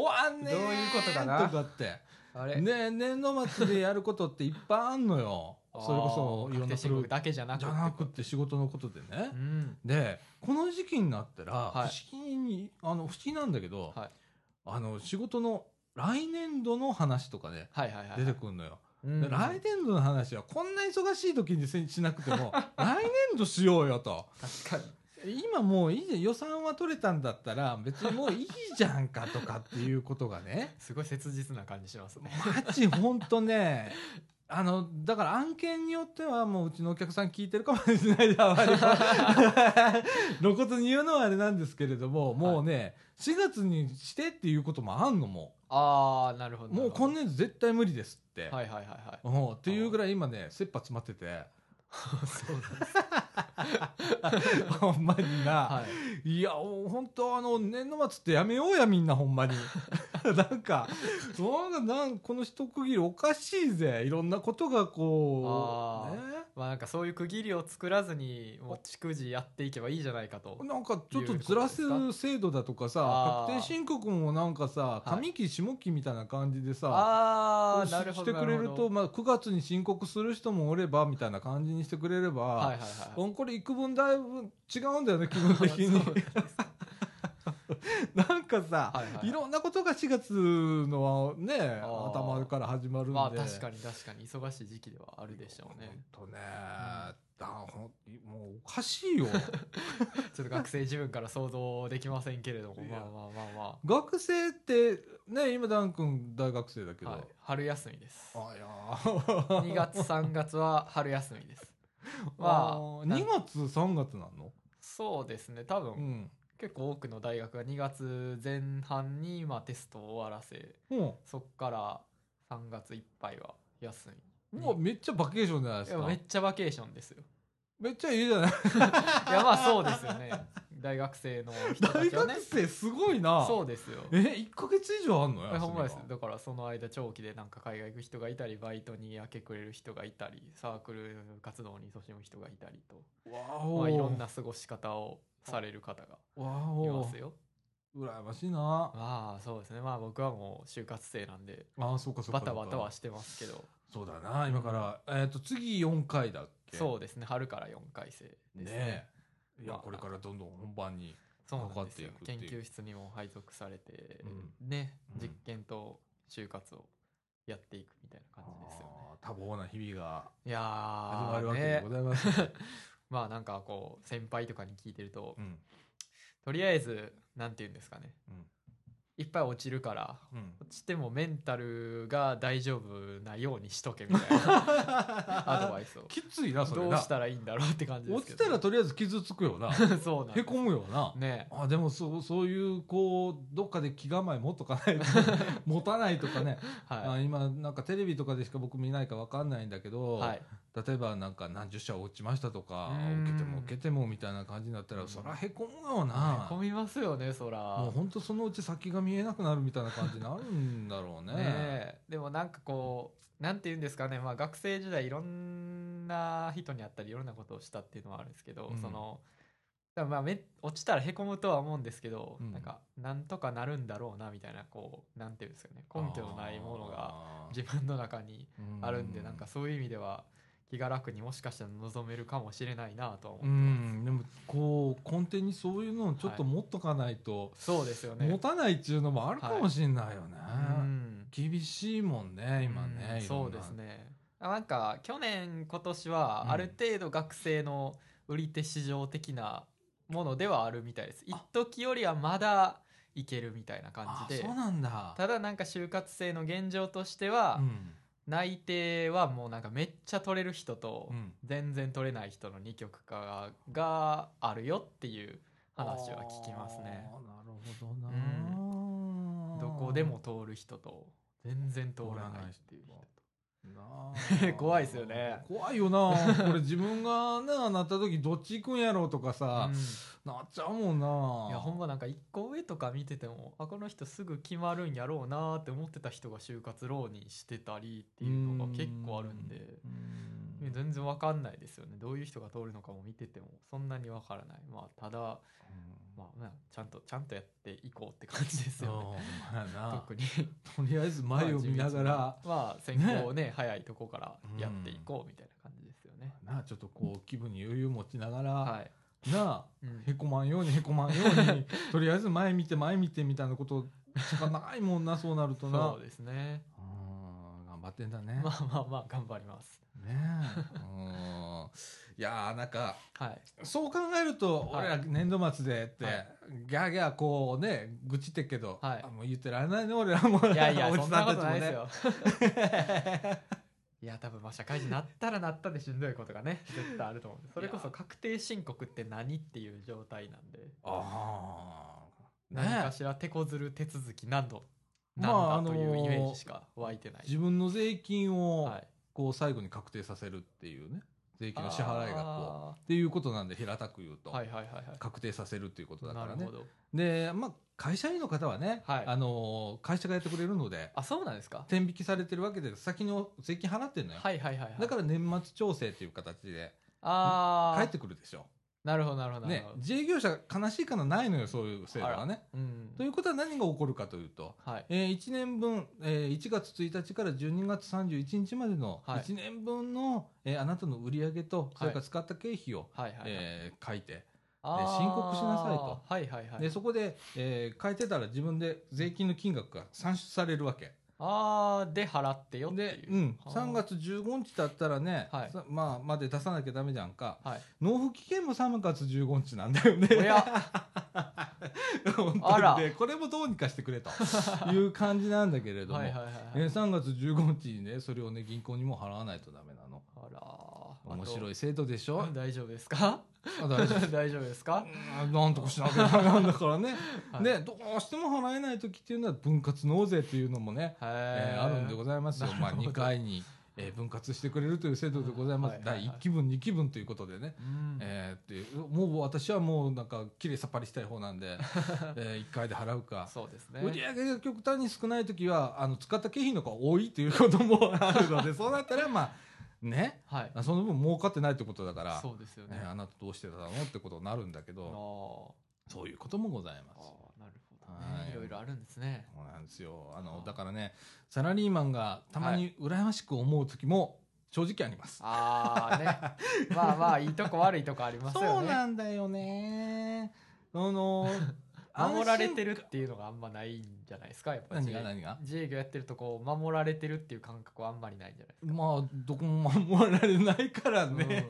Speaker 1: わんねえ
Speaker 2: どういうことだな
Speaker 1: とかって
Speaker 2: あれ
Speaker 1: ね年度末でやることっていっぱいあんのよそれこそいろんな
Speaker 2: プ
Speaker 1: プ
Speaker 2: ロ
Speaker 1: ロ
Speaker 2: だけじゃなく
Speaker 1: じ
Speaker 2: て
Speaker 1: ゃなくって仕事のことでね、
Speaker 2: うん
Speaker 1: でこの時期になったら、
Speaker 2: はい
Speaker 1: 不思議にあの不思議なんだけど、
Speaker 2: はい
Speaker 1: あの仕事の来年度の話とかね
Speaker 2: はいはいはい
Speaker 1: 出てくるのよ、
Speaker 2: うん
Speaker 1: で来年度の話はこんな忙しい時にせしなくて も来年度しようよと
Speaker 2: 確かに
Speaker 1: 今もういいじゃん予算は取れたんだったら別にもういいじゃんかとかっていうことがね
Speaker 2: すごい切実な感じしますね
Speaker 1: マジほんとねあのだから案件によってはもううちのお客さん聞いてるかもしれないであまり露骨に言うのはあれなんですけれども、もうね4月にしてっていうこともあんのも
Speaker 2: ああなるほ
Speaker 1: う
Speaker 2: ど
Speaker 1: もう今
Speaker 2: な
Speaker 1: 年度絶対無理ですって、
Speaker 2: はいはいはいは
Speaker 1: う
Speaker 2: い
Speaker 1: んっていうぐらい今ね切羽詰まってて
Speaker 2: そうなんです
Speaker 1: ほんまにな、
Speaker 2: はい
Speaker 1: いや、もう本当あの、年度末ってやめようや、みんな、ほんまに。 なんか、なんか、なんこの一区切りおかしいぜ。いろんなことがこ
Speaker 2: あ
Speaker 1: う、
Speaker 2: ー
Speaker 1: ね。
Speaker 2: まあなんかそういう区切りを作らずにもう逐次やっていけばいいじゃないかと
Speaker 1: なんかちょっとずらせる制度だとかさ
Speaker 2: あ、ー
Speaker 1: 確定申告もなんかさ、
Speaker 2: い
Speaker 1: 上期下期みたいな感じでさ、
Speaker 2: あ
Speaker 1: し
Speaker 2: あなるほ
Speaker 1: し
Speaker 2: ど
Speaker 1: てくれ
Speaker 2: な
Speaker 1: る
Speaker 2: ほ
Speaker 1: と、
Speaker 2: ど
Speaker 1: まあ9月に申告する人もおれば、みたいな感じにしてくれれば、
Speaker 2: はいはいはい
Speaker 1: うんこれ幾分だいぶ違うんだよね、気分的に
Speaker 2: そう。ですね
Speaker 1: なんかさ、
Speaker 2: はいはい
Speaker 1: いろんなことが4月のね
Speaker 2: あー
Speaker 1: 頭から始まるんで、
Speaker 2: まあ確かに確かに忙しい時期ではあるでしょうね
Speaker 1: ほんとね、だほんもうおかしいよ
Speaker 2: ちょっと学生自分から想像できませんけれども
Speaker 1: い
Speaker 2: ま
Speaker 1: や
Speaker 2: あまあまあま
Speaker 1: 学生ってね今ダン君大学生だけ
Speaker 2: あ、
Speaker 1: ど、
Speaker 2: はい、春休みです
Speaker 1: あいや
Speaker 2: 2月3月は春休み です
Speaker 1: ま
Speaker 2: ま
Speaker 1: あ
Speaker 2: あ
Speaker 1: ー
Speaker 2: なん
Speaker 1: 2月3月なの
Speaker 2: そうですね多分、
Speaker 1: うん、
Speaker 2: 結構多くの大学が2月前半にまあテストを終わらせ
Speaker 1: うん
Speaker 2: そっから3月いっぱいは休み
Speaker 1: うわめっちゃバケーションじゃないです
Speaker 2: いや
Speaker 1: か
Speaker 2: め
Speaker 1: め
Speaker 2: っちゃバケーションですよ
Speaker 1: っちゃいいじゃない
Speaker 2: いやまあそうですよね大学生の人た
Speaker 1: 大
Speaker 2: ちはね
Speaker 1: 学生すごいな
Speaker 2: そうですよ
Speaker 1: え1か月以上あんの
Speaker 2: いや
Speaker 1: よ
Speaker 2: ほんまです
Speaker 1: 休みが
Speaker 2: だからその間長期でなんか海外行く人がいたりバイトに明け暮れる人がいたりサークル活動に勤しむ人がいたりと、
Speaker 1: わお、
Speaker 2: まあ、いろんな過ごし方をされる方が
Speaker 1: わ
Speaker 2: い
Speaker 1: お
Speaker 2: ますよ
Speaker 1: 羨ましいな
Speaker 2: まあそうですねまあ僕はもう就活生なんで
Speaker 1: ああそうかそうか
Speaker 2: バタバタはしてますけど
Speaker 1: そうだな今から、えっと次4回だっけ
Speaker 2: そうですね春から4回生です
Speaker 1: ねえいや
Speaker 2: まあ
Speaker 1: これからどんどん本番に
Speaker 2: そうなんですよ
Speaker 1: かかってい
Speaker 2: 研
Speaker 1: くっていう
Speaker 2: 究室にも配属されて、
Speaker 1: う
Speaker 2: ね
Speaker 1: うん
Speaker 2: 実験と就活をやっていくみたいな感じですよね、
Speaker 1: あー多忙な日々が
Speaker 2: いやー
Speaker 1: 始まるわけ
Speaker 2: ね
Speaker 1: でございます、ね
Speaker 2: まあなんかこう先輩とかに聞いてると、
Speaker 1: うん
Speaker 2: とりあえずなんて言うんですかね、
Speaker 1: うん
Speaker 2: いっぱい落ちるから
Speaker 1: うん
Speaker 2: 落ちてもメンタルが大丈夫なようにしとけみたいな アドバイスを
Speaker 1: きついなそれ
Speaker 2: どう
Speaker 1: な
Speaker 2: したらいいんだろうって感じで
Speaker 1: 落
Speaker 2: すけ
Speaker 1: ち
Speaker 2: ど
Speaker 1: たらとりあえず傷つくよな
Speaker 2: そうなん
Speaker 1: へ
Speaker 2: で
Speaker 1: こむよな
Speaker 2: すね
Speaker 1: あでもそうそういうこうどっかで気構え持っとかないと持たないとかね、
Speaker 2: は
Speaker 1: あ今なんかテレビとかでしか僕見ないかわかんないんだけ
Speaker 2: い、
Speaker 1: ど、
Speaker 2: はい、
Speaker 1: 例えばなんか何十社落ちましたとか
Speaker 2: うん
Speaker 1: 受けても受けてもみたいな感じになったら
Speaker 2: うん
Speaker 1: そらへこむよ
Speaker 2: へ
Speaker 1: な
Speaker 2: こ。みますよねそら
Speaker 1: もう本当そのうち先が見えなくなるみたいな感じになるんだろうね。
Speaker 2: ねえでもなんかこうなんて言うんですかね、まあ、学生時代いろんな人に会ったりいろんなことをしたっていうのはあるんですけど、
Speaker 1: うん
Speaker 2: そのだからまあめ落ちたらへこむとは思うんですけど、
Speaker 1: うん
Speaker 2: なんかなんとかなるんだろうなみたいなこうなんて言うんですかね根拠のないものが
Speaker 1: あー
Speaker 2: 自分の中にあるんで、
Speaker 1: う
Speaker 2: なんかそういう意味では気が楽にもしかしたら望めるかもしれないなとは思
Speaker 1: う
Speaker 2: ってます、
Speaker 1: んでもこう根底にそういうのをちょっと持っとかないと
Speaker 2: そうですよね。
Speaker 1: 持たないっていうのもあるかもしれないよね。
Speaker 2: うん
Speaker 1: 厳しいもんね今ね
Speaker 2: うん。
Speaker 1: いろんな
Speaker 2: そうですねあなんか去年今年は
Speaker 1: うん
Speaker 2: ある程度学生の売り手市場的なものではあるみたいです一時よりはまだいけるみたいな感
Speaker 1: あ
Speaker 2: じで
Speaker 1: そうなんだ。
Speaker 2: ただなんか就活生の現状としては、
Speaker 1: うん
Speaker 2: 内定はもうなんかめっちゃ取れる人と
Speaker 1: うん
Speaker 2: 全然取れない人の二極化があるよっていう話は聞きますね
Speaker 1: あーなるほどな、
Speaker 2: どこでも通る人と全然通らないっていう人
Speaker 1: な
Speaker 2: 怖いですよね
Speaker 1: 怖いよなこれ自分がななった時どっち行くんやろうとかさ
Speaker 2: う、ん
Speaker 1: なっちゃうもんない
Speaker 2: やほんまなんか一個上とか見ててもあこの人すぐ決まるんやろうなーって思ってた人が就活浪人してたりっていうのが結構あるんで
Speaker 1: うん
Speaker 2: いや全然わかんないですよねどういう人が通るのかも見ててもそんなにわからないまあただ、まあ、まあちゃんとちゃんとやっていこうって感じです
Speaker 1: そう
Speaker 2: よね
Speaker 1: ほんまやな
Speaker 2: 特に
Speaker 1: とりあえず前を見ながら、
Speaker 2: まあ先行をね早いとこからやっていこうみたいな感じですよね
Speaker 1: なあちょっとこう気分に余裕持ちながら、
Speaker 2: はい、
Speaker 1: なあ
Speaker 2: うん
Speaker 1: へこまんようにへこまんよう にとりあえず前見て前見てみたいなことしかないもんなそうなるとな
Speaker 2: そうですね
Speaker 1: うん頑張ってんだね。
Speaker 2: まあまあまあ頑張ります
Speaker 1: ねえ。うんいやーなんか
Speaker 2: はい
Speaker 1: そう考えると
Speaker 2: はい
Speaker 1: 俺ら年度末でって、
Speaker 2: はい
Speaker 1: ギャーギャーこうね愚痴ってっけど、
Speaker 2: はい
Speaker 1: あもう言ってられないね俺らも
Speaker 2: いやい や、
Speaker 1: お
Speaker 2: そ
Speaker 1: じ
Speaker 2: ん
Speaker 1: さ
Speaker 2: なん
Speaker 1: たち
Speaker 2: こと
Speaker 1: も
Speaker 2: ないです
Speaker 1: ね。
Speaker 2: よ。 いや、多分まあ社会人になったらなったでしんどいことが ね、絶対あると思うんです。それこそ確定申告って何っていう状態なんで、
Speaker 1: ああね
Speaker 2: 何かしら手こずる手続き何度、
Speaker 1: まあ
Speaker 2: なんだとい
Speaker 1: あの
Speaker 2: う
Speaker 1: ー
Speaker 2: イメージしか湧いてない。
Speaker 1: 自分の税金を
Speaker 2: はい
Speaker 1: こう最後に確定させるっていうね税金の支払い額を
Speaker 2: あ
Speaker 1: っていうことなんで平たく言う
Speaker 2: ー
Speaker 1: と、
Speaker 2: はいはいはいはい。
Speaker 1: 確定させるっていうことだか
Speaker 2: な
Speaker 1: ら
Speaker 2: る
Speaker 1: ね
Speaker 2: ほ。ど。
Speaker 1: で、まあ、会社員の方はね、
Speaker 2: はい
Speaker 1: あのー会社がやってくれるので
Speaker 2: あ、そうなんですか
Speaker 1: 天引きされてるわけで先の税金払ってるのよ、
Speaker 2: はいはいはいはい。
Speaker 1: だから年末調整っていう形で
Speaker 2: ああ、
Speaker 1: 返ってくるでしょ
Speaker 2: なるほどなるほどなる
Speaker 1: ね
Speaker 2: ほど。
Speaker 1: 自営業者悲しいからないのよそういう制度はね。
Speaker 2: うん
Speaker 1: ということは何が起こるかというと、
Speaker 2: はい。
Speaker 1: えー1年分、えー1月1日から12月31日までの
Speaker 2: はい
Speaker 1: 1年分の、えーあなたの売り上げとそれから使った経費を、
Speaker 2: はいはいはい。
Speaker 1: えー書いて
Speaker 2: あー
Speaker 1: 申告しなさいと。
Speaker 2: はいはいはい。
Speaker 1: でそこで、えー変えてたら自分で税金の金額が算出されるわけ
Speaker 2: ああ、で払ってよって
Speaker 1: で
Speaker 2: い、う。
Speaker 1: うん、
Speaker 2: あー
Speaker 1: 3月15日だったらね、
Speaker 2: はい
Speaker 1: さまあ、まで出さなきゃダメじゃんか
Speaker 2: はい。
Speaker 1: 納付期限も3月15日なんだよね
Speaker 2: おや
Speaker 1: 本
Speaker 2: あ
Speaker 1: 当
Speaker 2: ら
Speaker 1: にねこれもどうにかしてくれ という感じなんだけれども、
Speaker 2: はいはいはい
Speaker 1: え
Speaker 2: はい。
Speaker 1: ー3月15日にねそれをね銀行にも払わないとダメなの
Speaker 2: あら、
Speaker 1: 面白
Speaker 2: い。
Speaker 1: い制度でしょ
Speaker 2: 大丈夫ですか
Speaker 1: あ大 丈夫
Speaker 2: 大丈夫ですか、
Speaker 1: うんなんとかしなきゃダメなんだからね、
Speaker 2: はい
Speaker 1: でどうしても払えない時っていうのは分割納税っていうのもね
Speaker 2: へ
Speaker 1: えーあるんでご
Speaker 2: ざい
Speaker 1: ざいますよ。まあ、2回に、えー分割してくれるという制度でございます。
Speaker 2: はいはいはい
Speaker 1: 第1期分、2期分ということでね。
Speaker 2: うん
Speaker 1: えーってもう私はもうなんかきれいさっぱりしたい方 なんで、え1回で払うか。
Speaker 2: そうですね。
Speaker 1: 売り上げが極端に少ない時はあの使った経費の方が多いということもある のでそうなったらまあね
Speaker 2: はい。
Speaker 1: その分儲かってないってことだから、
Speaker 2: そうですよね。
Speaker 1: えーあなたどうしてたのってことになるんだけ
Speaker 2: あ
Speaker 1: ど
Speaker 2: ー
Speaker 1: そういうこともござい
Speaker 2: あ
Speaker 1: ます。
Speaker 2: ー、なるほど
Speaker 1: は
Speaker 2: ね。
Speaker 1: い
Speaker 2: いろいろあるんですね。
Speaker 1: そうなんですよ。あの
Speaker 2: あ、ー
Speaker 1: だからね、サラリーマンがたまに羨ましく思う時も正直あります。
Speaker 2: ああ ね。まあまあ、いいとこ悪いとこあります
Speaker 1: そ
Speaker 2: よ
Speaker 1: う
Speaker 2: ね。
Speaker 1: なんだよね。あの、
Speaker 2: 守られて
Speaker 1: る。
Speaker 2: るっていうのがあんまないんじゃないですか、やっぱり
Speaker 1: 何が何が
Speaker 2: 自営業やってるとこう、守られてるっていう感覚はあんまりないんじゃないですか。
Speaker 1: まあ、どこも守られないからね。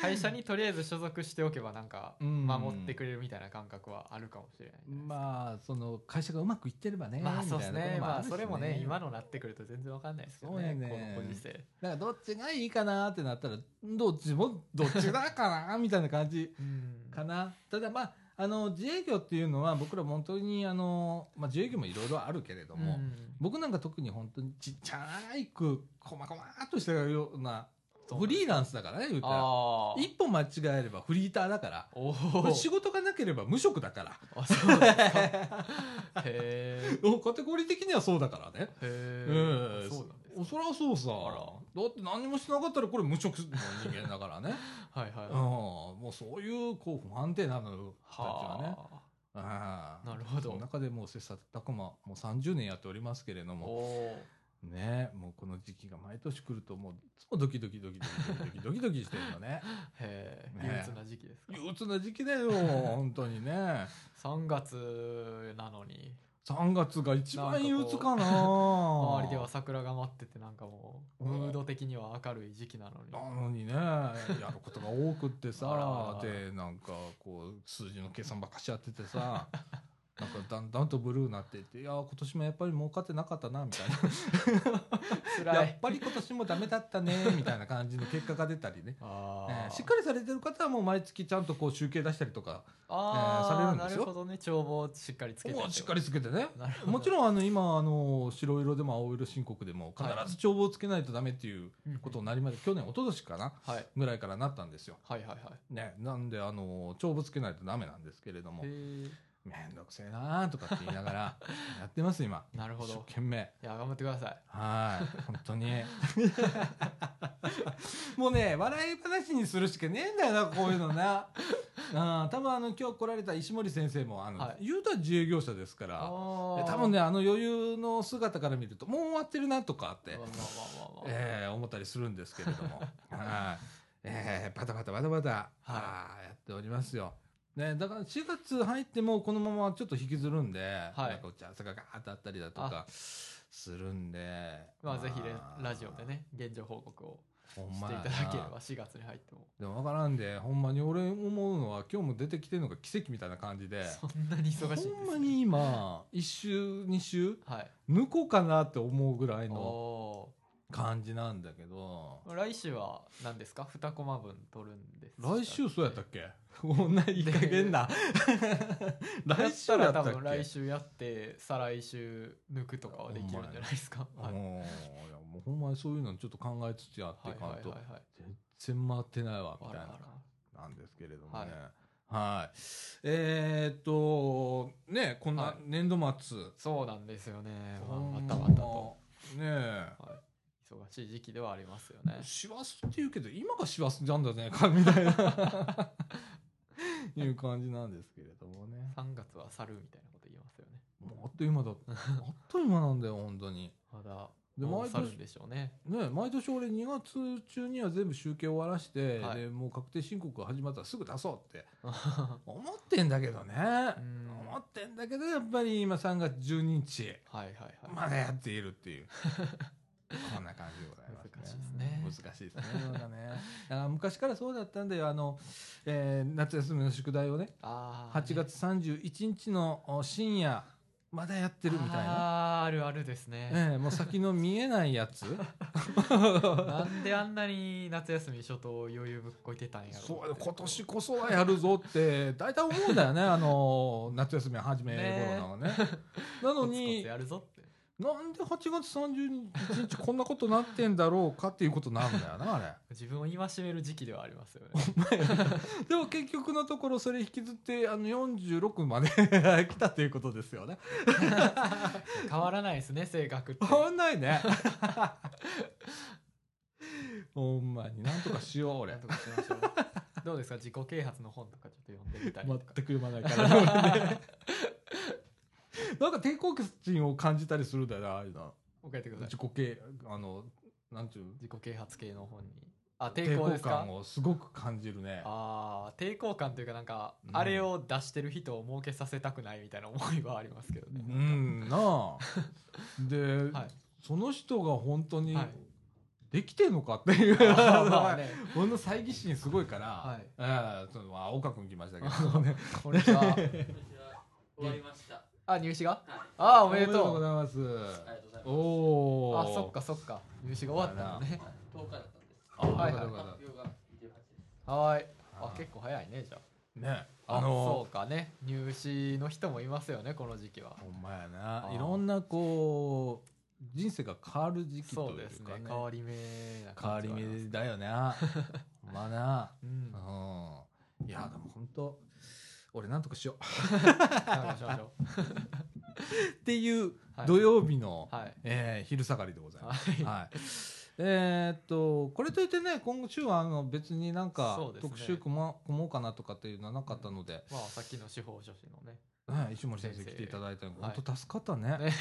Speaker 2: 会社にとりあえず所属しておけばなんか
Speaker 1: うん
Speaker 2: 守ってくれるみたいな感覚はあるかもしれないです、
Speaker 1: まあその会社がうまくいってればね
Speaker 2: まあそうです
Speaker 1: みたい
Speaker 2: ね
Speaker 1: なところ
Speaker 2: まあ
Speaker 1: るし
Speaker 2: それもね今のなってくると全然わかんないですよ
Speaker 1: そうや
Speaker 2: ね
Speaker 1: ね
Speaker 2: このご時世
Speaker 1: だからどっちがいいかなってなったらどっちもどっちだかなみたいな感じ
Speaker 2: うん
Speaker 1: かなただまああの自営業っていうのは僕ら本当にあの、まあ、自営業もいろいろあるけれども、
Speaker 2: うん
Speaker 1: 僕なんか特に本当にちっちゃいく細々っとしたような
Speaker 2: そう
Speaker 1: フリーランスだからね言ったら
Speaker 2: ああ
Speaker 1: 一歩間違えればフリーターだから
Speaker 2: おお
Speaker 1: これ仕事がなければ無職だから
Speaker 2: あそうですか へえ
Speaker 1: カテゴリー的にはそうだからね
Speaker 2: へ
Speaker 1: え
Speaker 2: え
Speaker 1: え
Speaker 2: そうなんです
Speaker 1: おそらそうさ
Speaker 2: あら
Speaker 1: だって何もしなかったらこれ無職の人間だからね、
Speaker 2: はいは
Speaker 1: う
Speaker 2: い
Speaker 1: ん、
Speaker 2: は
Speaker 1: もうそういうこう不安定なのよたちはね
Speaker 2: あ
Speaker 1: ああ
Speaker 2: なるほど
Speaker 1: その中でもう切磋琢磨もう30年やっておりますけれど
Speaker 2: お
Speaker 1: も
Speaker 2: お
Speaker 1: ねもうこの時期が毎年来るともういつもドキドキドキドキドキドキドキしてるのね
Speaker 2: へえ
Speaker 1: ね
Speaker 2: 憂鬱な時期ですか
Speaker 1: 憂鬱な時期だよ本当にね
Speaker 2: 3月なのに
Speaker 1: 3月が一番憂鬱かな
Speaker 2: 周りでは桜が待っててなんかもう
Speaker 1: うん
Speaker 2: ムード的には明るい時期なのに
Speaker 1: なのに ねやることが多くって
Speaker 2: あら
Speaker 1: さ
Speaker 2: あら
Speaker 1: でなんかこう数字の計算ばっかしやってて さなんかだんだんとブルーになってっていや今年もやっぱり儲かってなかったなみたい な
Speaker 2: 辛
Speaker 1: や
Speaker 2: い。
Speaker 1: っぱり今年もダメだったねみたいな感じの結果が出たりね
Speaker 2: あ
Speaker 1: え
Speaker 2: ー
Speaker 1: ーしっかりされてる方はもう毎月ちゃんとこう集計出したりとか
Speaker 2: あー
Speaker 1: えーされるんですよ
Speaker 2: なるほどね帳簿をしっかりつけて
Speaker 1: もうしっかりつけてね
Speaker 2: なるほど
Speaker 1: もちろんあの今あの白色でも青色申告でも必ず帳簿をつけないとダメっていう
Speaker 2: うん
Speaker 1: ことになりまで去年一昨年かな
Speaker 2: はい
Speaker 1: ぐらいからなったんですよ。
Speaker 2: はいはいはい
Speaker 1: ね、なんであの帳簿つけないとダメなんですけれども
Speaker 2: へー
Speaker 1: めんどくせえなーとかって言いな がらやってます今
Speaker 2: なるほ
Speaker 1: 一生
Speaker 2: ど
Speaker 1: 懸命
Speaker 2: いや頑張ってください
Speaker 1: はい本当 にもうね笑い話にするしかねえんだよなこういうの なうん多分あの今日来られた石森先生もあの、
Speaker 2: はい
Speaker 1: 言うたら自営業者ですから
Speaker 2: あ
Speaker 1: で
Speaker 2: ー
Speaker 1: 多分ねあの余裕の姿から見るともう終わってるなとかって
Speaker 2: まあまあまあまあまあ
Speaker 1: えー思ったりするんですけれど も、はいえーバタバタバタバタ、あーやっておりますよ。ね、だから4月入ってもこのままちょっと引きずるんで、
Speaker 2: はい
Speaker 1: なんか打ち合わせがガーッとあったりだとかするんで、
Speaker 2: まあぜひねラジオでね現状報告を
Speaker 1: ほん
Speaker 2: し
Speaker 1: ま
Speaker 2: てい
Speaker 1: や
Speaker 2: た
Speaker 1: な
Speaker 2: だければ4月に入っても
Speaker 1: でも分からんでほんまに俺思うのは今日も出てきてるのが奇跡みたいな感じで
Speaker 2: そんなに忙しいんですね
Speaker 1: ほんまに今1週2週
Speaker 2: はい
Speaker 1: 抜こうかなって思うぐらい
Speaker 2: お
Speaker 1: の
Speaker 2: お
Speaker 1: 感じなんだけど
Speaker 2: ー来週は何ですか2コマ分取るんです
Speaker 1: 来週そうやったっけこんないい加減な
Speaker 2: や
Speaker 1: 来
Speaker 2: っ
Speaker 1: 週
Speaker 2: た
Speaker 1: や
Speaker 2: ら
Speaker 1: った
Speaker 2: 多
Speaker 1: っけ
Speaker 2: 分来週やって再来週抜くとかはできるんじゃないですか
Speaker 1: おー
Speaker 2: はい
Speaker 1: い
Speaker 2: はい
Speaker 1: やもうほんまにそういうのちょっと考えつつやっていかん
Speaker 2: はい
Speaker 1: と
Speaker 2: はいはい
Speaker 1: 全然回ってないわみ
Speaker 2: あ
Speaker 1: たい
Speaker 2: ら
Speaker 1: な
Speaker 2: あら
Speaker 1: なんですけれども
Speaker 2: はい
Speaker 1: ねはいえーっとねこん
Speaker 2: は
Speaker 1: な
Speaker 2: い
Speaker 1: 年度末
Speaker 2: そうなんですよねまあ
Speaker 1: ほん
Speaker 2: ま
Speaker 1: ま
Speaker 2: たまたと
Speaker 1: ねえ
Speaker 2: 忙しい時期ではありますよね
Speaker 1: 師走って言うけど今が師走なん だねかみたいないう感じなんですけれども ね
Speaker 2: 3月は去るみたいなこと言いますよね
Speaker 1: もうあっという間だあっという間なんだよ本当に
Speaker 2: まだ
Speaker 1: で
Speaker 2: もう
Speaker 1: 毎
Speaker 2: 去るん
Speaker 1: 年
Speaker 2: でしょう ね
Speaker 1: ね毎年俺2月中には全部集計終わらして、
Speaker 2: はい
Speaker 1: でもう確定申告が始まったらすぐ出そうって
Speaker 2: は
Speaker 1: 思ってんだけどね
Speaker 2: ん
Speaker 1: 思ってんだけどやっぱり今3月12日
Speaker 2: いはいはい
Speaker 1: まだやっているって いうこんな感じでございますね
Speaker 2: 難しい
Speaker 1: 難しいですねなんかねだから昔からそうだったんだよあの、えー夏休みの宿題をね
Speaker 2: ああ
Speaker 1: 8月31日のお深夜まだやってるみたいな。
Speaker 2: あーあるあるですね
Speaker 1: ええ、もう先の見えないやつ
Speaker 2: なんであんなに夏休み初頭余裕ぶっこいてたんやろ
Speaker 1: そうう
Speaker 2: って
Speaker 1: 今年こそはやるぞって大体思うんだよね あの夏休み初め頃なの ねなの
Speaker 2: コツコツ
Speaker 1: に
Speaker 2: やるぞって
Speaker 1: なんで8月31日こんなことなってんだろうかっていうことなんだよなあれ
Speaker 2: 自分を戒める時期ではありますよね
Speaker 1: でも結局のところそれ引きずってあの46まで 来たということですよね
Speaker 2: 変わらないですね性格って
Speaker 1: 変わんない ねほんまになんとかしよう俺
Speaker 2: なんとかしましょうどうですか自己啓発の本とかちょっと読んでみたりと
Speaker 1: 全
Speaker 2: か、
Speaker 1: く読まないからね、俺ね なんか抵抗心を感じたりするんだよなああいうの
Speaker 2: お書いてください
Speaker 1: 自己系あのなんていう
Speaker 2: 自己啓発系の本にあ抵抗ですか
Speaker 1: 感をすごく感じるね
Speaker 2: あー抵抗感というかなんか、
Speaker 1: うん
Speaker 2: あれを出してる人を儲けさせたくないみたいな思いはありますけど
Speaker 1: う
Speaker 2: ね、
Speaker 1: んなあで、
Speaker 2: はい
Speaker 1: その人が本当に
Speaker 2: はい
Speaker 1: できてんのかっていう
Speaker 2: ま あね、
Speaker 1: この猜疑心すごいから、
Speaker 2: はい
Speaker 1: あそのあ岡君来ましたけど
Speaker 2: あのね
Speaker 1: こんにちは
Speaker 4: 終わりました。
Speaker 2: あ入試があ あおめで
Speaker 1: ご
Speaker 2: とう
Speaker 1: ざいます
Speaker 4: ありがとうございます。
Speaker 1: おお
Speaker 2: あそっかそっか入試が終わったのね
Speaker 4: はい10日だったんです。
Speaker 1: あ
Speaker 2: はい
Speaker 1: よ
Speaker 2: はい
Speaker 1: かったよかっ
Speaker 4: 発表が28です。
Speaker 2: はーいあ
Speaker 1: あ
Speaker 2: 結構早いねじゃ
Speaker 1: たね
Speaker 2: あ
Speaker 1: あの
Speaker 2: そうかね入試の人もいますよねこの時期は
Speaker 1: ほんまや
Speaker 2: あ
Speaker 1: な
Speaker 2: ー
Speaker 1: いろんなこう人生が変わる時期と
Speaker 2: そ
Speaker 1: い
Speaker 2: うで
Speaker 1: う
Speaker 2: す
Speaker 1: か
Speaker 2: ね
Speaker 1: ね
Speaker 2: 変わり目な
Speaker 1: 変わり
Speaker 2: 感じはあります
Speaker 1: 目だよ ねまあな
Speaker 2: うん
Speaker 1: うんいやでも本当俺なんとかしよ
Speaker 2: なんかしましょ う
Speaker 1: うっていう
Speaker 2: はい
Speaker 1: 土曜日の、
Speaker 2: はい
Speaker 1: えー昼下がりでございます。
Speaker 2: はい
Speaker 1: はいえーっとこれといってね今週はあの別になんか
Speaker 2: そうですね
Speaker 1: 特集組も組もうかなとかっていうのはなかったので、
Speaker 2: まあさっきの司法書士のね
Speaker 1: ね石森先生
Speaker 2: 先生
Speaker 1: 来ていただいたのが
Speaker 2: はい
Speaker 1: 本当助かったね。
Speaker 2: ね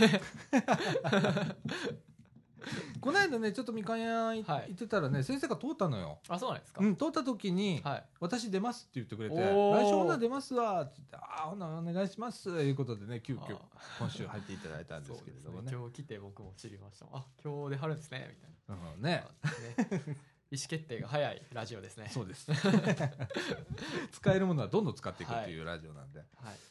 Speaker 1: この間ねちょっとみかん屋い
Speaker 2: はい
Speaker 1: 行ってたらね先生が通ったのよ。
Speaker 2: あそうなんですか
Speaker 1: うん、通った時に、
Speaker 2: はい
Speaker 1: 私出ますって言ってくれて「来
Speaker 2: お
Speaker 1: 週
Speaker 2: ー
Speaker 1: 女出ますわ」って言って「ああほなお願いします」ということでね急遽
Speaker 2: あ
Speaker 1: 今週入っていただいたんで
Speaker 2: そう
Speaker 1: すけ
Speaker 2: で
Speaker 1: れ
Speaker 2: す
Speaker 1: ど
Speaker 2: ね
Speaker 1: もね。
Speaker 2: 今日来て僕も知りましたあ今日で春ですねみたいな
Speaker 1: うんね
Speaker 2: ね意思決定が早いラジオですね。
Speaker 1: そうです。 使えるものはどんどん使っていくというラジオなんで。
Speaker 2: はい。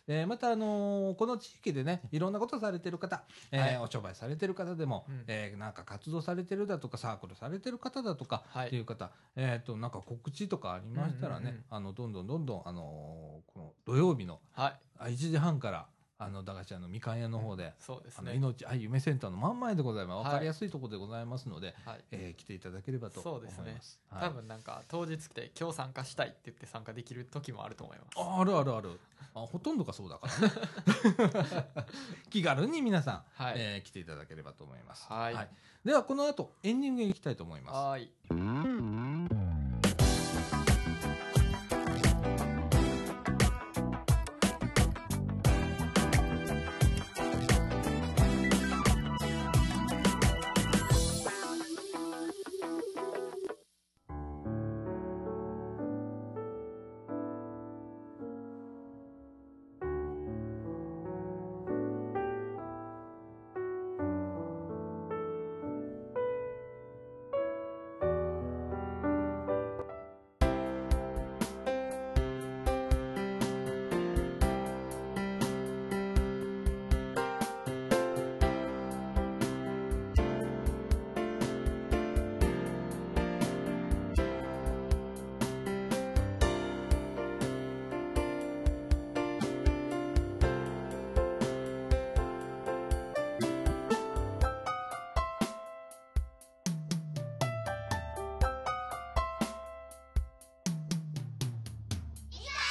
Speaker 1: えーまた、あのーこの地域でね、いろんなことされてる方、えー
Speaker 2: はい
Speaker 1: お商売されてる方でも、
Speaker 2: うん
Speaker 1: えーなんか活動されてるだとか、サークルされてる方だとか、
Speaker 2: はい
Speaker 1: っていう方、えっ、と、なんか告知とかありましたらね、
Speaker 2: うんうんうん
Speaker 1: あの、どんどんどんどん、あのーこの土曜日の
Speaker 2: はい。
Speaker 1: あ1時半から、あの、駄菓子屋のみかん屋の方で、
Speaker 2: そうです
Speaker 1: あの
Speaker 2: ね。
Speaker 1: 命愛夢センターの真ん前でございます。
Speaker 2: はい
Speaker 1: わかりやすいところでございますので、
Speaker 2: はい。
Speaker 1: えー来ていただければと
Speaker 2: そ
Speaker 1: 思い
Speaker 2: う
Speaker 1: ま。
Speaker 2: ですすね
Speaker 1: はい
Speaker 2: 多分なんか当日来て今日参加したいって言って参加できる時もあると思います。
Speaker 1: ああるあるあるあほとんどがそうだからね 気軽に皆さん、
Speaker 2: はい。
Speaker 1: えー来ていただければと思います
Speaker 2: はい
Speaker 1: ではこの後エンディングに行きたいと思いま
Speaker 2: はーい。
Speaker 1: す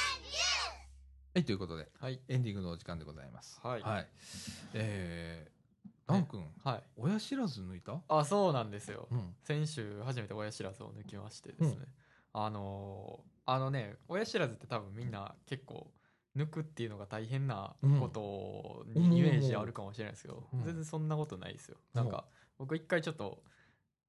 Speaker 1: はいということで
Speaker 2: はい。
Speaker 1: エンディングのお時間でございます
Speaker 2: はい
Speaker 1: えー、ダン君
Speaker 2: はい。
Speaker 1: 親知らず抜いた
Speaker 2: あ、そうなんですよ。
Speaker 1: うん
Speaker 2: 先週初めて親知らずを抜きましてですね。あのーあのね、親知らずって多分みんな結構抜くっていうのが大変なこと
Speaker 1: うん思う
Speaker 2: にイメージあるかもしれないですけど、
Speaker 1: うん
Speaker 2: 全然そんなことないですよ。
Speaker 1: うん
Speaker 2: なんか僕一回ちょっと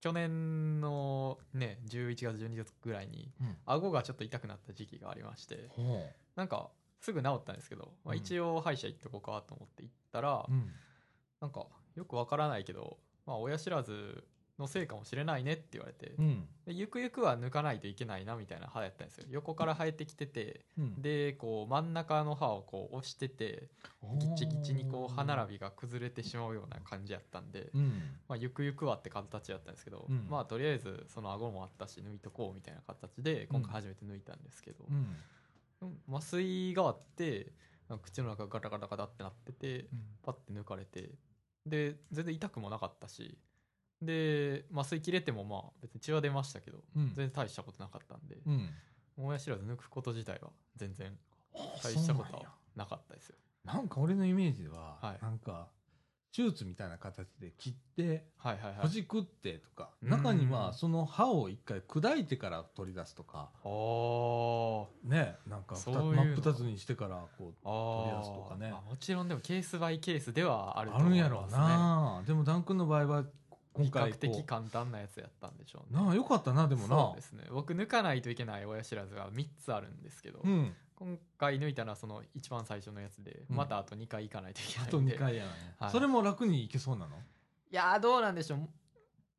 Speaker 2: 去年のね11月12月ぐらいに
Speaker 1: うん
Speaker 2: 顎がちょっと痛くなった時期がありまして
Speaker 1: ほ
Speaker 2: なんかすぐ治ったんですけど、まあ、
Speaker 1: うん
Speaker 2: 一応歯医者行っとこうかと思って行ったら、
Speaker 1: ううん
Speaker 2: なんかよくわからないけど、まあ、親知らずのせいかもしれないねって言われて、
Speaker 1: うん
Speaker 2: でゆくゆくは抜かないといけないなみたいな歯やったんですよ横から生えてきてて
Speaker 1: うん
Speaker 2: でこう真ん中の歯をこう押しててギチギチにこう歯
Speaker 1: ら
Speaker 2: 並びが崩れてしまうような感じやったんで、
Speaker 1: うん
Speaker 2: まあ、ゆくゆくはって形やったんですけど、
Speaker 1: うん
Speaker 2: まあとりあえずその顎もあったし抜いとこうみたいな形で今回初めて抜いたんですけど、
Speaker 1: うん
Speaker 2: 麻酔があってなんか口の中がガタガタガタってなっててパッて抜かれてで全然痛くもなかったしで麻酔切れてもまあ別に血は出ましたけど
Speaker 1: うん
Speaker 2: 全然大したことなかったんで、
Speaker 1: うん
Speaker 2: もやしらず抜くこと自体は全然
Speaker 1: あ
Speaker 2: 大したこ
Speaker 1: そうな
Speaker 2: と
Speaker 1: ん
Speaker 2: は
Speaker 1: や
Speaker 2: なかったですよ
Speaker 1: なんか俺のイメージでは、
Speaker 2: はい
Speaker 1: なんか手術みたいな形で切って
Speaker 2: はいはいは
Speaker 1: ほ
Speaker 2: い
Speaker 1: じくってとか、
Speaker 2: うん
Speaker 1: 中にはその歯を一回砕いてから取り出すとか、
Speaker 2: あ
Speaker 1: ね、なんか
Speaker 2: そ
Speaker 1: 二つ
Speaker 2: ういうの
Speaker 1: 真っ二つにしてからこう
Speaker 2: あー
Speaker 1: 取り出すとかね
Speaker 2: あもちろんでもケースバイケースではあると
Speaker 1: あ
Speaker 2: 思
Speaker 1: るん
Speaker 2: い
Speaker 1: やろ
Speaker 2: ま
Speaker 1: う
Speaker 2: すね
Speaker 1: な、でもダン君の場合は今
Speaker 2: 比
Speaker 1: 回
Speaker 2: 較
Speaker 1: こ
Speaker 2: 的
Speaker 1: う
Speaker 2: 簡単なやつやったんでしょうね
Speaker 1: なあよかったなでも
Speaker 2: そう
Speaker 1: な
Speaker 2: ですね僕抜かないといけない親知らずが3つあるんですけど、
Speaker 1: うん
Speaker 2: 今回抜いたのはその一番最初のやつで、
Speaker 1: うん
Speaker 2: またあと2回行かないといけ
Speaker 1: あ
Speaker 2: ない
Speaker 1: と
Speaker 2: んで
Speaker 1: 2回やね、
Speaker 2: はい
Speaker 1: それも楽にいけそうなの
Speaker 2: いやーどうなんでしょう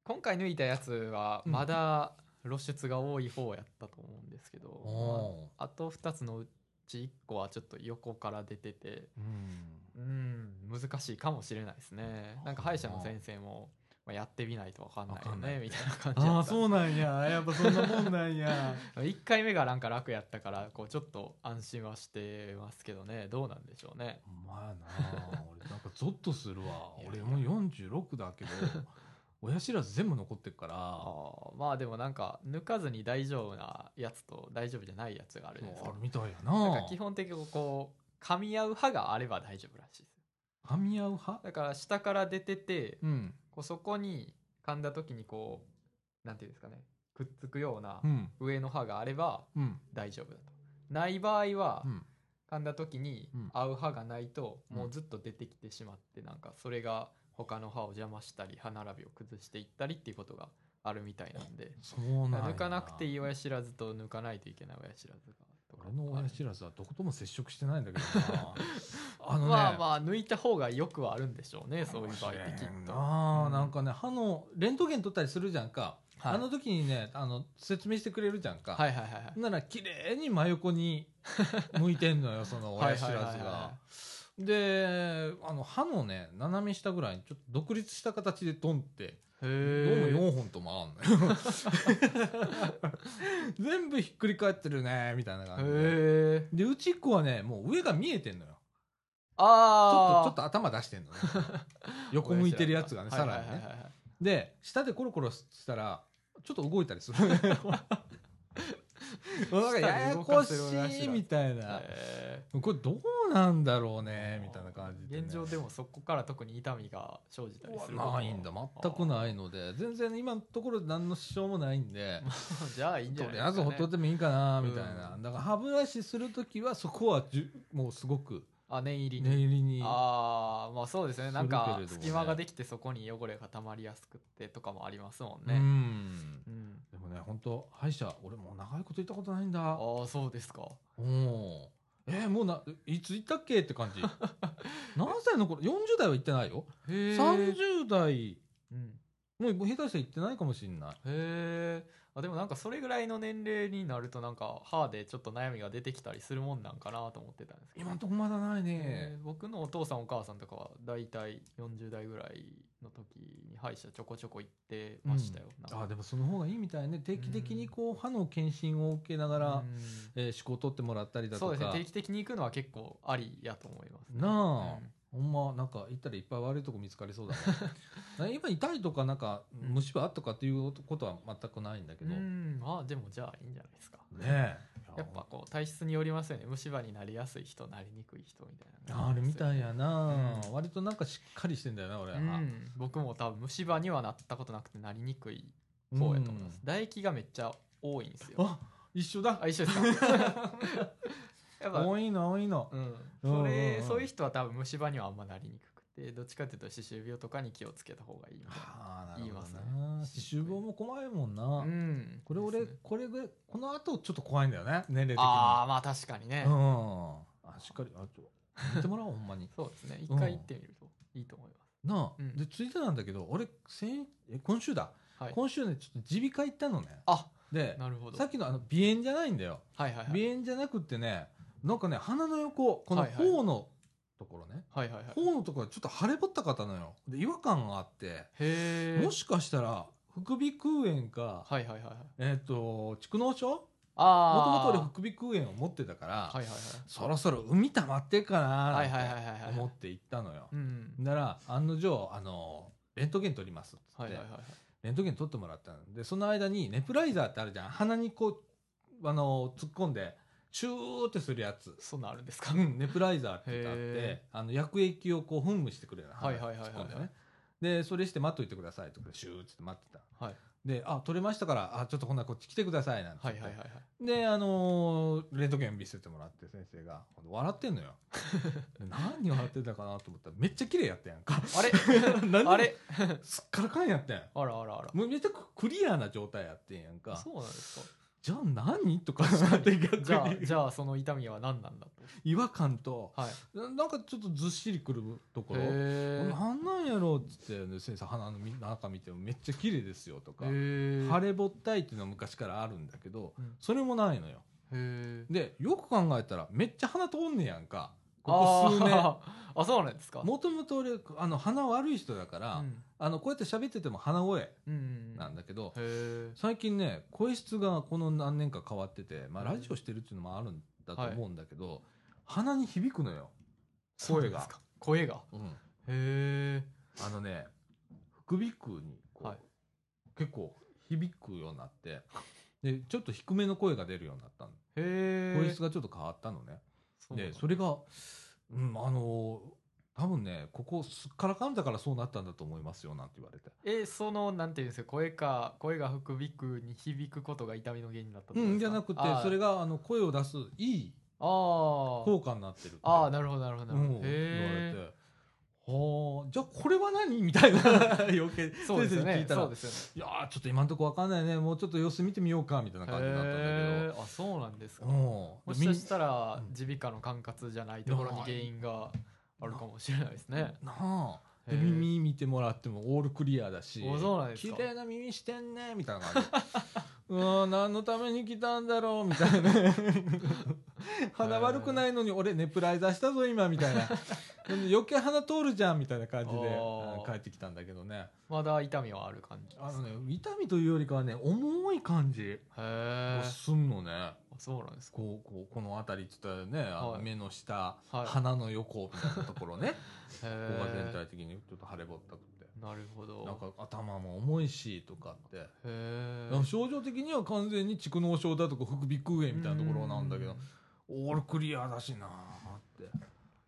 Speaker 2: 今回抜いたやつは
Speaker 1: うん
Speaker 2: まだ露出が多い方やったと思うんですけど、
Speaker 1: お
Speaker 2: まああと2つのうち1個はちょっと横から出てて
Speaker 1: うん。
Speaker 2: うん難しいかもしれないですねなんか歯医者の先生も、まあ、やってみないと分かんないよ
Speaker 1: わかんない
Speaker 2: ねみたいな感じ
Speaker 1: あ
Speaker 2: だ
Speaker 1: あ、
Speaker 2: った
Speaker 1: そうなんや。やっぱそんなもんなんや。
Speaker 2: 1回目がなんか楽やったからこうちょっと安心はしてますけどねどうなんでしょうね
Speaker 1: ほん まやな。俺なんかゾッとするわ。俺も46だけど、 親知らず全部残ってっから、
Speaker 2: あーまあでもなんか抜かずに大丈夫なやつと大丈夫じゃないやつがあるじゃないです
Speaker 1: あ
Speaker 2: か
Speaker 1: るみたいや
Speaker 2: なん
Speaker 1: な
Speaker 2: か。基本的にこう噛み合う歯があれば大丈夫らしいです
Speaker 1: 噛み合う派
Speaker 2: だから下から出てて
Speaker 1: うん。
Speaker 2: こうそこに噛んだ時にこうなんていうんですかねくっつくような
Speaker 1: うん。
Speaker 2: 上の歯があれば
Speaker 1: うん。
Speaker 2: 大丈夫だとない場合は
Speaker 1: うん。
Speaker 2: 噛んだ時に
Speaker 1: うん
Speaker 2: 合う歯がないと
Speaker 1: うん
Speaker 2: もうずっと出てきてしまってなんかそれが他の歯を邪魔したり歯並びを崩していったりっていうことがあるみたいなんで
Speaker 1: そうなんや
Speaker 2: 抜かなくていい親知らずと抜かないといけない親知らずがとか
Speaker 1: 俺の親知らずはどことも接触してないんだけど な。あのね。
Speaker 2: まあまあ抜いた方がよくはあるんでしょうねそういう場合ってきっと。
Speaker 1: あ
Speaker 2: う
Speaker 1: あ、
Speaker 2: ん
Speaker 1: なんかね、歯の、レントゲン取ったりするじゃんか。
Speaker 2: はい
Speaker 1: あの時にね、あの、説明してくれるじゃんか。
Speaker 2: はいはいはいはい
Speaker 1: なら、綺麗に真横に向いてんの よ、その親知らず
Speaker 2: はいはいはいは
Speaker 1: が。で、あの、歯のね、斜め下ぐらいにちょっと独立した形でドンって、
Speaker 2: ど
Speaker 1: ど
Speaker 2: う
Speaker 1: うも4本ともあんの よ。全部ひっくり返ってるね、みたいな感じで。
Speaker 2: へえ
Speaker 1: で、うちっ子はね、もう上が見えてんのよ。ちょっと、
Speaker 2: あ
Speaker 1: ち
Speaker 2: あ
Speaker 1: ょっと頭出してんのね。横向いてるやつがね、さらにね。で下でコロコロしたらちょっと動いたり するなんかややこしいみたいな、これどうなんだろうねみたいな感じで、ね、
Speaker 2: 現状でもそこから特に痛みが生じたりすることは
Speaker 1: ないんだ全くないので全然今のところ何の支障もないんで
Speaker 2: あー じゃあいいん
Speaker 1: と
Speaker 2: じゃない
Speaker 1: り
Speaker 2: です
Speaker 1: あえずほ
Speaker 2: か、ね、
Speaker 1: っといてもいいかなみたいな、
Speaker 2: う
Speaker 1: だから歯ブラシする時はそこはじゅもうすごく
Speaker 2: あ念入りに、
Speaker 1: 念入りに
Speaker 2: ああまあそうですねなん
Speaker 1: する
Speaker 2: か
Speaker 1: けれどもね
Speaker 2: 隙間ができてそこに汚れが溜まりやすくってとかもありますもん
Speaker 1: う
Speaker 2: ね、
Speaker 1: ん
Speaker 2: うん
Speaker 1: でもね本当歯医者俺もう長いこと行ったことないん
Speaker 2: あ
Speaker 1: だ
Speaker 2: あそうですか
Speaker 1: おえーもうないつ行ったっけって感じ 何歳の頃40代は行ってないよ
Speaker 2: へえ
Speaker 1: 30代
Speaker 2: うん、
Speaker 1: もう下手したら行ってないかもしれない
Speaker 2: へえでもなんかそれぐらいの年齢になるとなんか歯でちょっと悩みが出てきたりするもんなんかなと思ってたんですけど
Speaker 1: 今んとこまだない
Speaker 2: え
Speaker 1: ね
Speaker 2: ー僕のお父さんお母さんとかは大体40代ぐらいの時に歯医者ちょこちょこ行ってましたよ、なんか
Speaker 1: あでもその方がいいみたいね定期的にこう歯の検診を受けながら
Speaker 2: う、ん
Speaker 1: えー、試行を取ってもらったりだと
Speaker 2: そう
Speaker 1: か
Speaker 2: ですね定期的に行くのは結構ありやと思いますね、
Speaker 1: なあ
Speaker 2: うん
Speaker 1: ほんまなんか行ったらいっぱい悪いとこ見つかりそうだ ね今痛いとかなんか
Speaker 2: うん
Speaker 1: 虫歯とかっていうことは全くないんだけど、
Speaker 2: う
Speaker 1: ね
Speaker 2: んまあでもじゃあいいんじゃないですか
Speaker 1: え
Speaker 2: やっぱこう体質によりますよね虫歯になりやすい人なりにくい人みたいなのが
Speaker 1: あ
Speaker 2: り
Speaker 1: る
Speaker 2: ますよね
Speaker 1: みたいやな、
Speaker 2: うん
Speaker 1: 割となんかしっかりしてんだよな俺は、
Speaker 2: うん、僕も多分虫歯にはなったことなくてなりにくい方やと思います、唾液がめっちゃ多いんですよ
Speaker 1: あ一緒だ
Speaker 2: あ一緒ですか やっぱ、
Speaker 1: 多いの多いの
Speaker 2: うん、
Speaker 1: うん
Speaker 2: そ
Speaker 1: うんう
Speaker 2: れ
Speaker 1: ん
Speaker 2: そういう人は多分虫歯にはあんまなりにくくてどっちかっていうと歯周病とかに気をつけた方がいいみたい
Speaker 1: ああ
Speaker 2: 言いますね
Speaker 1: 歯周病も怖いもんな、
Speaker 2: な、うん、
Speaker 1: これ
Speaker 2: で
Speaker 1: 俺
Speaker 2: すね
Speaker 1: これぐらいこの後ちょっと怖いんだよね年齢的に
Speaker 2: ああまあ確かにね、
Speaker 1: うんあしっかりあちょ見てもらおうほん まに
Speaker 2: そうですね一回行ってみるといいと思いま
Speaker 1: なあ、
Speaker 2: うん
Speaker 1: でついてなんだけど俺先え今週だ、
Speaker 2: す、はい、
Speaker 1: 今週ねちょっと耳鼻科行ったのね
Speaker 2: あ
Speaker 1: で
Speaker 2: なるほど
Speaker 1: さっきのあの鼻炎じゃないんだよ
Speaker 2: はいはいはい
Speaker 1: 鼻炎じゃなくってねなんかね鼻の横この
Speaker 2: はいはい
Speaker 1: 頬のところね、
Speaker 2: はいはいはい
Speaker 1: 頬のところちょっと腫れぼったかったのよで違和感があって
Speaker 2: へえ
Speaker 1: もしかしたら副鼻腔炎か、
Speaker 2: はいはいはいはい
Speaker 1: えっ、と蓄膿症もともと
Speaker 2: ああ
Speaker 1: 俺副鼻腔炎を持ってたから、
Speaker 2: はいはいはい
Speaker 1: そろそろ海溜まってっかな
Speaker 2: はいはい
Speaker 1: ー
Speaker 2: は
Speaker 1: ない
Speaker 2: はい
Speaker 1: ん
Speaker 2: は
Speaker 1: て
Speaker 2: い
Speaker 1: 思って行ったのよ、
Speaker 2: うん
Speaker 1: なら案の定あのレントゲン取りますっつって、
Speaker 2: はいはいはいはい
Speaker 1: レントゲン取ってもらったんでその間にネプライザーってあるじゃん鼻にこうあの突っ込んでチューってするやつ
Speaker 2: そんなんあるんですか
Speaker 1: うん、ネプライザーって言ってあっ
Speaker 2: へ
Speaker 1: て
Speaker 2: え
Speaker 1: あの薬液をこう噴霧してくれる
Speaker 2: はいはいはいはい
Speaker 1: 突っ込んでねでそれして待っといてくださいってシューって待ってた
Speaker 2: はい
Speaker 1: で「あ取れましたからあちょっとほんならこっち来てください」なんて
Speaker 2: は
Speaker 1: 言っ
Speaker 2: いは
Speaker 1: て、
Speaker 2: いはいはい
Speaker 1: であのーレントゲン見せてもらって先生がほんで笑ってん のよで何笑ってたかなと思ったらめっちゃ綺麗やったやんか
Speaker 2: あれ
Speaker 1: 何
Speaker 2: あれ
Speaker 1: すっからかんやったやん
Speaker 2: あらあらあら
Speaker 1: もうめっちゃクリアな状態やってんやんか
Speaker 2: そうなんですか
Speaker 1: じゃあ何とかなって逆に
Speaker 2: じゃあじゃあその痛みは何なんだと
Speaker 1: 違和感と
Speaker 2: はい
Speaker 1: ななんかちょっとずっしりくるところ
Speaker 2: へ
Speaker 1: なんなんやろうっつって、ね、先生鼻の中見てもめっちゃ綺麗ですよとか、
Speaker 2: え
Speaker 1: 腫れぼったいっていうのは昔からあるんだけど
Speaker 2: うん
Speaker 1: それもないのよ
Speaker 2: へ
Speaker 1: でよく考えたらめっちゃ鼻通んねやんかこ
Speaker 2: あ
Speaker 1: こ数年
Speaker 2: ーあそうなんですか
Speaker 1: もともと俺あの鼻悪い人だから、
Speaker 2: うん
Speaker 1: あのこうやって喋ってても鼻声
Speaker 2: うんうん
Speaker 1: なんだけど、
Speaker 2: へえ
Speaker 1: 最近ね声質がこの何年か変わってて、まあ、ラジオしてるっていうのもあるんだと思うんだけど、鼻に響くのよ声が、
Speaker 2: 声が
Speaker 1: うん、
Speaker 2: へえ
Speaker 1: あのね副鼻腔にこう、
Speaker 2: はい
Speaker 1: 結構響くようになってでちょっと低めの声が出るようになったの
Speaker 2: へえ
Speaker 1: 声質がちょっと変わったのね
Speaker 2: そうなん
Speaker 1: で
Speaker 2: だ
Speaker 1: それが、うん、あのー多分ねここすっからかんだからそうなったんだと思いますよなんて言われて
Speaker 2: えそのなんていうんですか声か声が副鼻腔に響くことが痛みの原因になったって
Speaker 1: う
Speaker 2: ことですか
Speaker 1: んじゃなくて
Speaker 2: あー
Speaker 1: それがあの声を出すいい
Speaker 2: あー
Speaker 1: 効果になってるって
Speaker 2: あーなるほどなるほどなるほ
Speaker 1: う
Speaker 2: ど
Speaker 1: ん
Speaker 2: へ
Speaker 1: 言われ
Speaker 2: え
Speaker 1: てはあじゃあこれは何みたいな 余計
Speaker 2: そうですよ
Speaker 1: 先生に聞
Speaker 2: ね
Speaker 1: いたら
Speaker 2: そうですよね
Speaker 1: いやーちょっと今んとこわかんないねもうちょっと様子見てみようかみたいな感じになったんだけ
Speaker 2: へーあそうなんですか
Speaker 1: どうん
Speaker 2: も
Speaker 1: で
Speaker 2: しかしたら
Speaker 1: うん
Speaker 2: 耳鼻科の管轄じゃないところに原因があるかもしれないですね。
Speaker 1: みんなあで
Speaker 2: へー
Speaker 1: 耳見てもらってもオールクリアだし
Speaker 2: おそうなんですか
Speaker 1: 綺麗な耳してんねみたいな感じ うーん何のために来たんだろうみたいな 鼻悪くないのに俺ネプライザーしたぞ今みたいな余計鼻通るじゃんみたいな感じで
Speaker 2: あー
Speaker 1: 帰ってきたんだけどね
Speaker 2: まだ痛みはある感じ。へ
Speaker 1: あのね痛みというよりかはね重い感じ
Speaker 2: え。あ
Speaker 1: すんのね
Speaker 2: そうなんですか。
Speaker 1: こうこうこの辺りって言ったらね、あの
Speaker 2: はい
Speaker 1: 目の下、
Speaker 2: はい
Speaker 1: 鼻の横みたいなところ ね
Speaker 2: へ
Speaker 1: ここが全
Speaker 2: え。
Speaker 1: 体的にちょっと腫れぼったくて
Speaker 2: なるほど。
Speaker 1: なんか頭も重いしとかって、
Speaker 2: へえ。
Speaker 1: 症状的には完全に蓄膿症だとか副鼻腔炎みたいなところなんだけどオールクリアだしなーって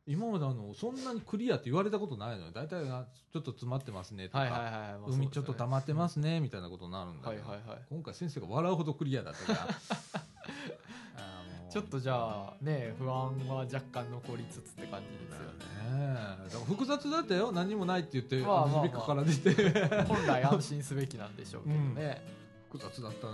Speaker 1: 今まであのそんなにクリアって言われたことないのよ大体がちょっと詰まってますねとか、
Speaker 2: はいはいはいはい。まあ。
Speaker 1: 海ちょっと溜まってますすねみたいなことになるんだ
Speaker 2: は
Speaker 1: け
Speaker 2: い
Speaker 1: ど、
Speaker 2: はいはい。
Speaker 1: 今回先生が笑うほどクリアだ ったからあーもう
Speaker 2: ちょっとじゃあね不安は若干残りつつって感じですよね。
Speaker 1: ねえだから複雑だったよ何もないって言って
Speaker 2: まあまあまあ
Speaker 1: ビックから出て複
Speaker 2: 本来安心すべきなんでしょうけどね。
Speaker 1: 雑だったね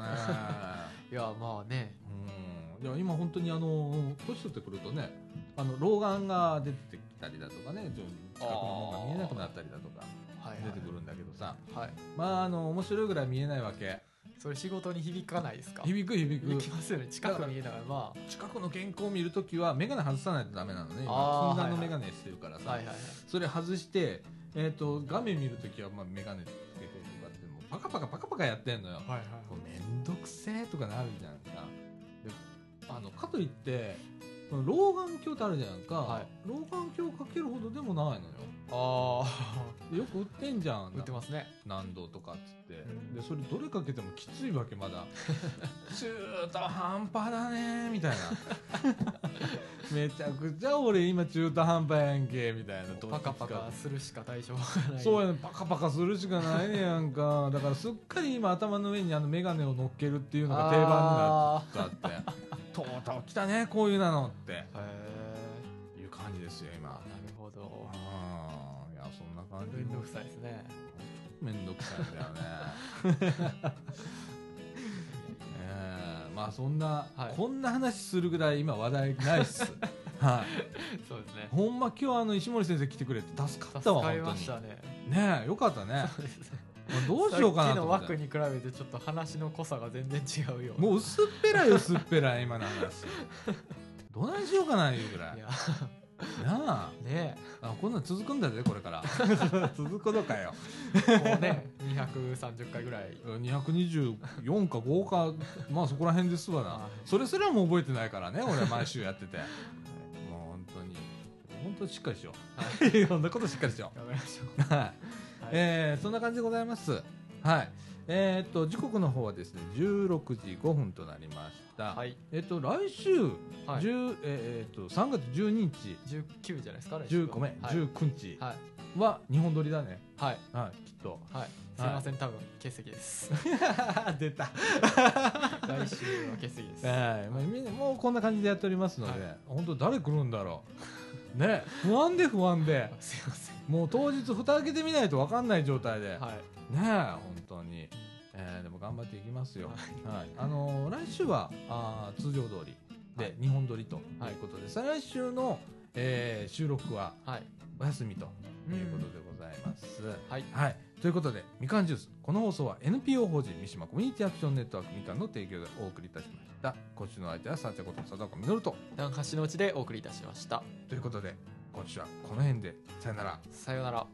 Speaker 2: いやまあね。
Speaker 1: うんいや今本当にあの年取ってくるとねあの老眼が出てきたりだとかねちょ近くの方が見えなくなったりだとか
Speaker 2: はい
Speaker 1: 出てくるんだけどさ
Speaker 2: はい。はい。
Speaker 1: まああの面白いぐらい見えないわけ
Speaker 2: それ仕事に響かないですか。
Speaker 1: 響く響
Speaker 2: 行き
Speaker 1: く
Speaker 2: ますよね近く見えながらま
Speaker 1: 近くの原稿を見るときは眼鏡外さないとダメなのね
Speaker 2: あ
Speaker 1: 今
Speaker 2: ー
Speaker 1: 禁断の
Speaker 2: は
Speaker 1: 眼
Speaker 2: いは
Speaker 1: 鏡してるから
Speaker 2: あ
Speaker 1: さ
Speaker 2: はいはいはい
Speaker 1: それ外して、えー、と画面見るときはまあ眼鏡つけてとかってもうパカパカパカパカやってんのよ。
Speaker 2: はいはい
Speaker 1: こうめんどくせえとかなるじゃんか。であのかといってこの老眼鏡ってあるじゃんか、
Speaker 2: はい
Speaker 1: 老眼鏡かけるほどでもないのよ。
Speaker 2: あ
Speaker 1: でよく売ってんじゃん
Speaker 2: あ売ってますね
Speaker 1: 何度とかっつってでそれどれかけてもきついわけま だ中途半端だねーみたいな めちゃくちゃ俺今中途半端やんけみたいなどっち使
Speaker 2: パ
Speaker 1: って
Speaker 2: カパカするしか対処法がない
Speaker 1: そう
Speaker 2: や
Speaker 1: やねパカパカするしかないねやん かだからすっかり今頭の上にあの眼鏡を乗っけるっていうのが定番になっちゃ ってとうとう来たねこういうなのって
Speaker 2: へ
Speaker 1: いう感じですよ
Speaker 2: えな
Speaker 1: 今
Speaker 2: るほど
Speaker 1: あーいやそんな感じ
Speaker 2: めんどくさいですね
Speaker 1: めんどくさいんだよね ええまあそんな、
Speaker 2: はい
Speaker 1: こんな話するぐらい今話題ないっ すはい
Speaker 2: そうですね
Speaker 1: ほんま今日あの石森先生来てくれて助かったわ
Speaker 2: 助かり
Speaker 1: 本当
Speaker 2: ま
Speaker 1: に
Speaker 2: したね
Speaker 1: ねえよかった ね
Speaker 2: そうですね
Speaker 1: まあどうしようか
Speaker 2: さ
Speaker 1: な
Speaker 2: っき
Speaker 1: と
Speaker 2: の
Speaker 1: 思って
Speaker 2: 枠に比べてちょっと話の濃さが全然違うよ
Speaker 1: もう薄っぺらい薄っぺらい今の話どないしようかないうぐらい
Speaker 2: いや
Speaker 1: なあ
Speaker 2: ね
Speaker 1: あこんなん続くんだぜこれから 続くのかよ
Speaker 2: えもうね230回ぐらい
Speaker 1: 224か5かまあそこら辺ですわ
Speaker 2: は
Speaker 1: ないそれすらも覚えてないからね俺毎週やっててもう本当に本当にしっかりしよう いろんなことしっかりしよ
Speaker 2: やめましょう
Speaker 1: うはいえーそんな感じでございますはいえーっと時刻の方はですね16時5分となりました、
Speaker 2: はい
Speaker 1: えっと、来週、
Speaker 2: はい
Speaker 1: 10えーえっと3月12日
Speaker 2: 19じゃないですか来週
Speaker 1: 10ごめん、
Speaker 2: はい
Speaker 1: 19日
Speaker 2: はい
Speaker 1: は日本撮りだね、
Speaker 2: はい
Speaker 1: はい、きっ と
Speaker 2: はいすいません多分欠席です
Speaker 1: 出た、
Speaker 2: 来週は欠席です
Speaker 1: はいまあみんな、もうこんな感じでやっておりますので、本当誰来るんだろう ね不安で不安で
Speaker 2: あすいません
Speaker 1: もう当日蓋開けてみないと分かんない状態で、
Speaker 2: はい
Speaker 1: ねえ本当にえーでも頑張っていきますよ
Speaker 2: は。
Speaker 1: はい、あのー来週はあー通常通り
Speaker 2: は
Speaker 1: で
Speaker 2: い
Speaker 1: 日本撮りということで、再来週の、えー収録は
Speaker 2: はい
Speaker 1: お休みということでございます。
Speaker 2: はい
Speaker 1: はい、ということでみかんジュースこの放送は NPO 法人三島コミュニティアクションネットワークみかんの提供でお送りいたしました。今週の相手はさちゃこと佐藤みのると
Speaker 2: 一旦橋のうちでお送りいたしました
Speaker 1: ということで今週はこの辺でさよなら。
Speaker 2: さようなら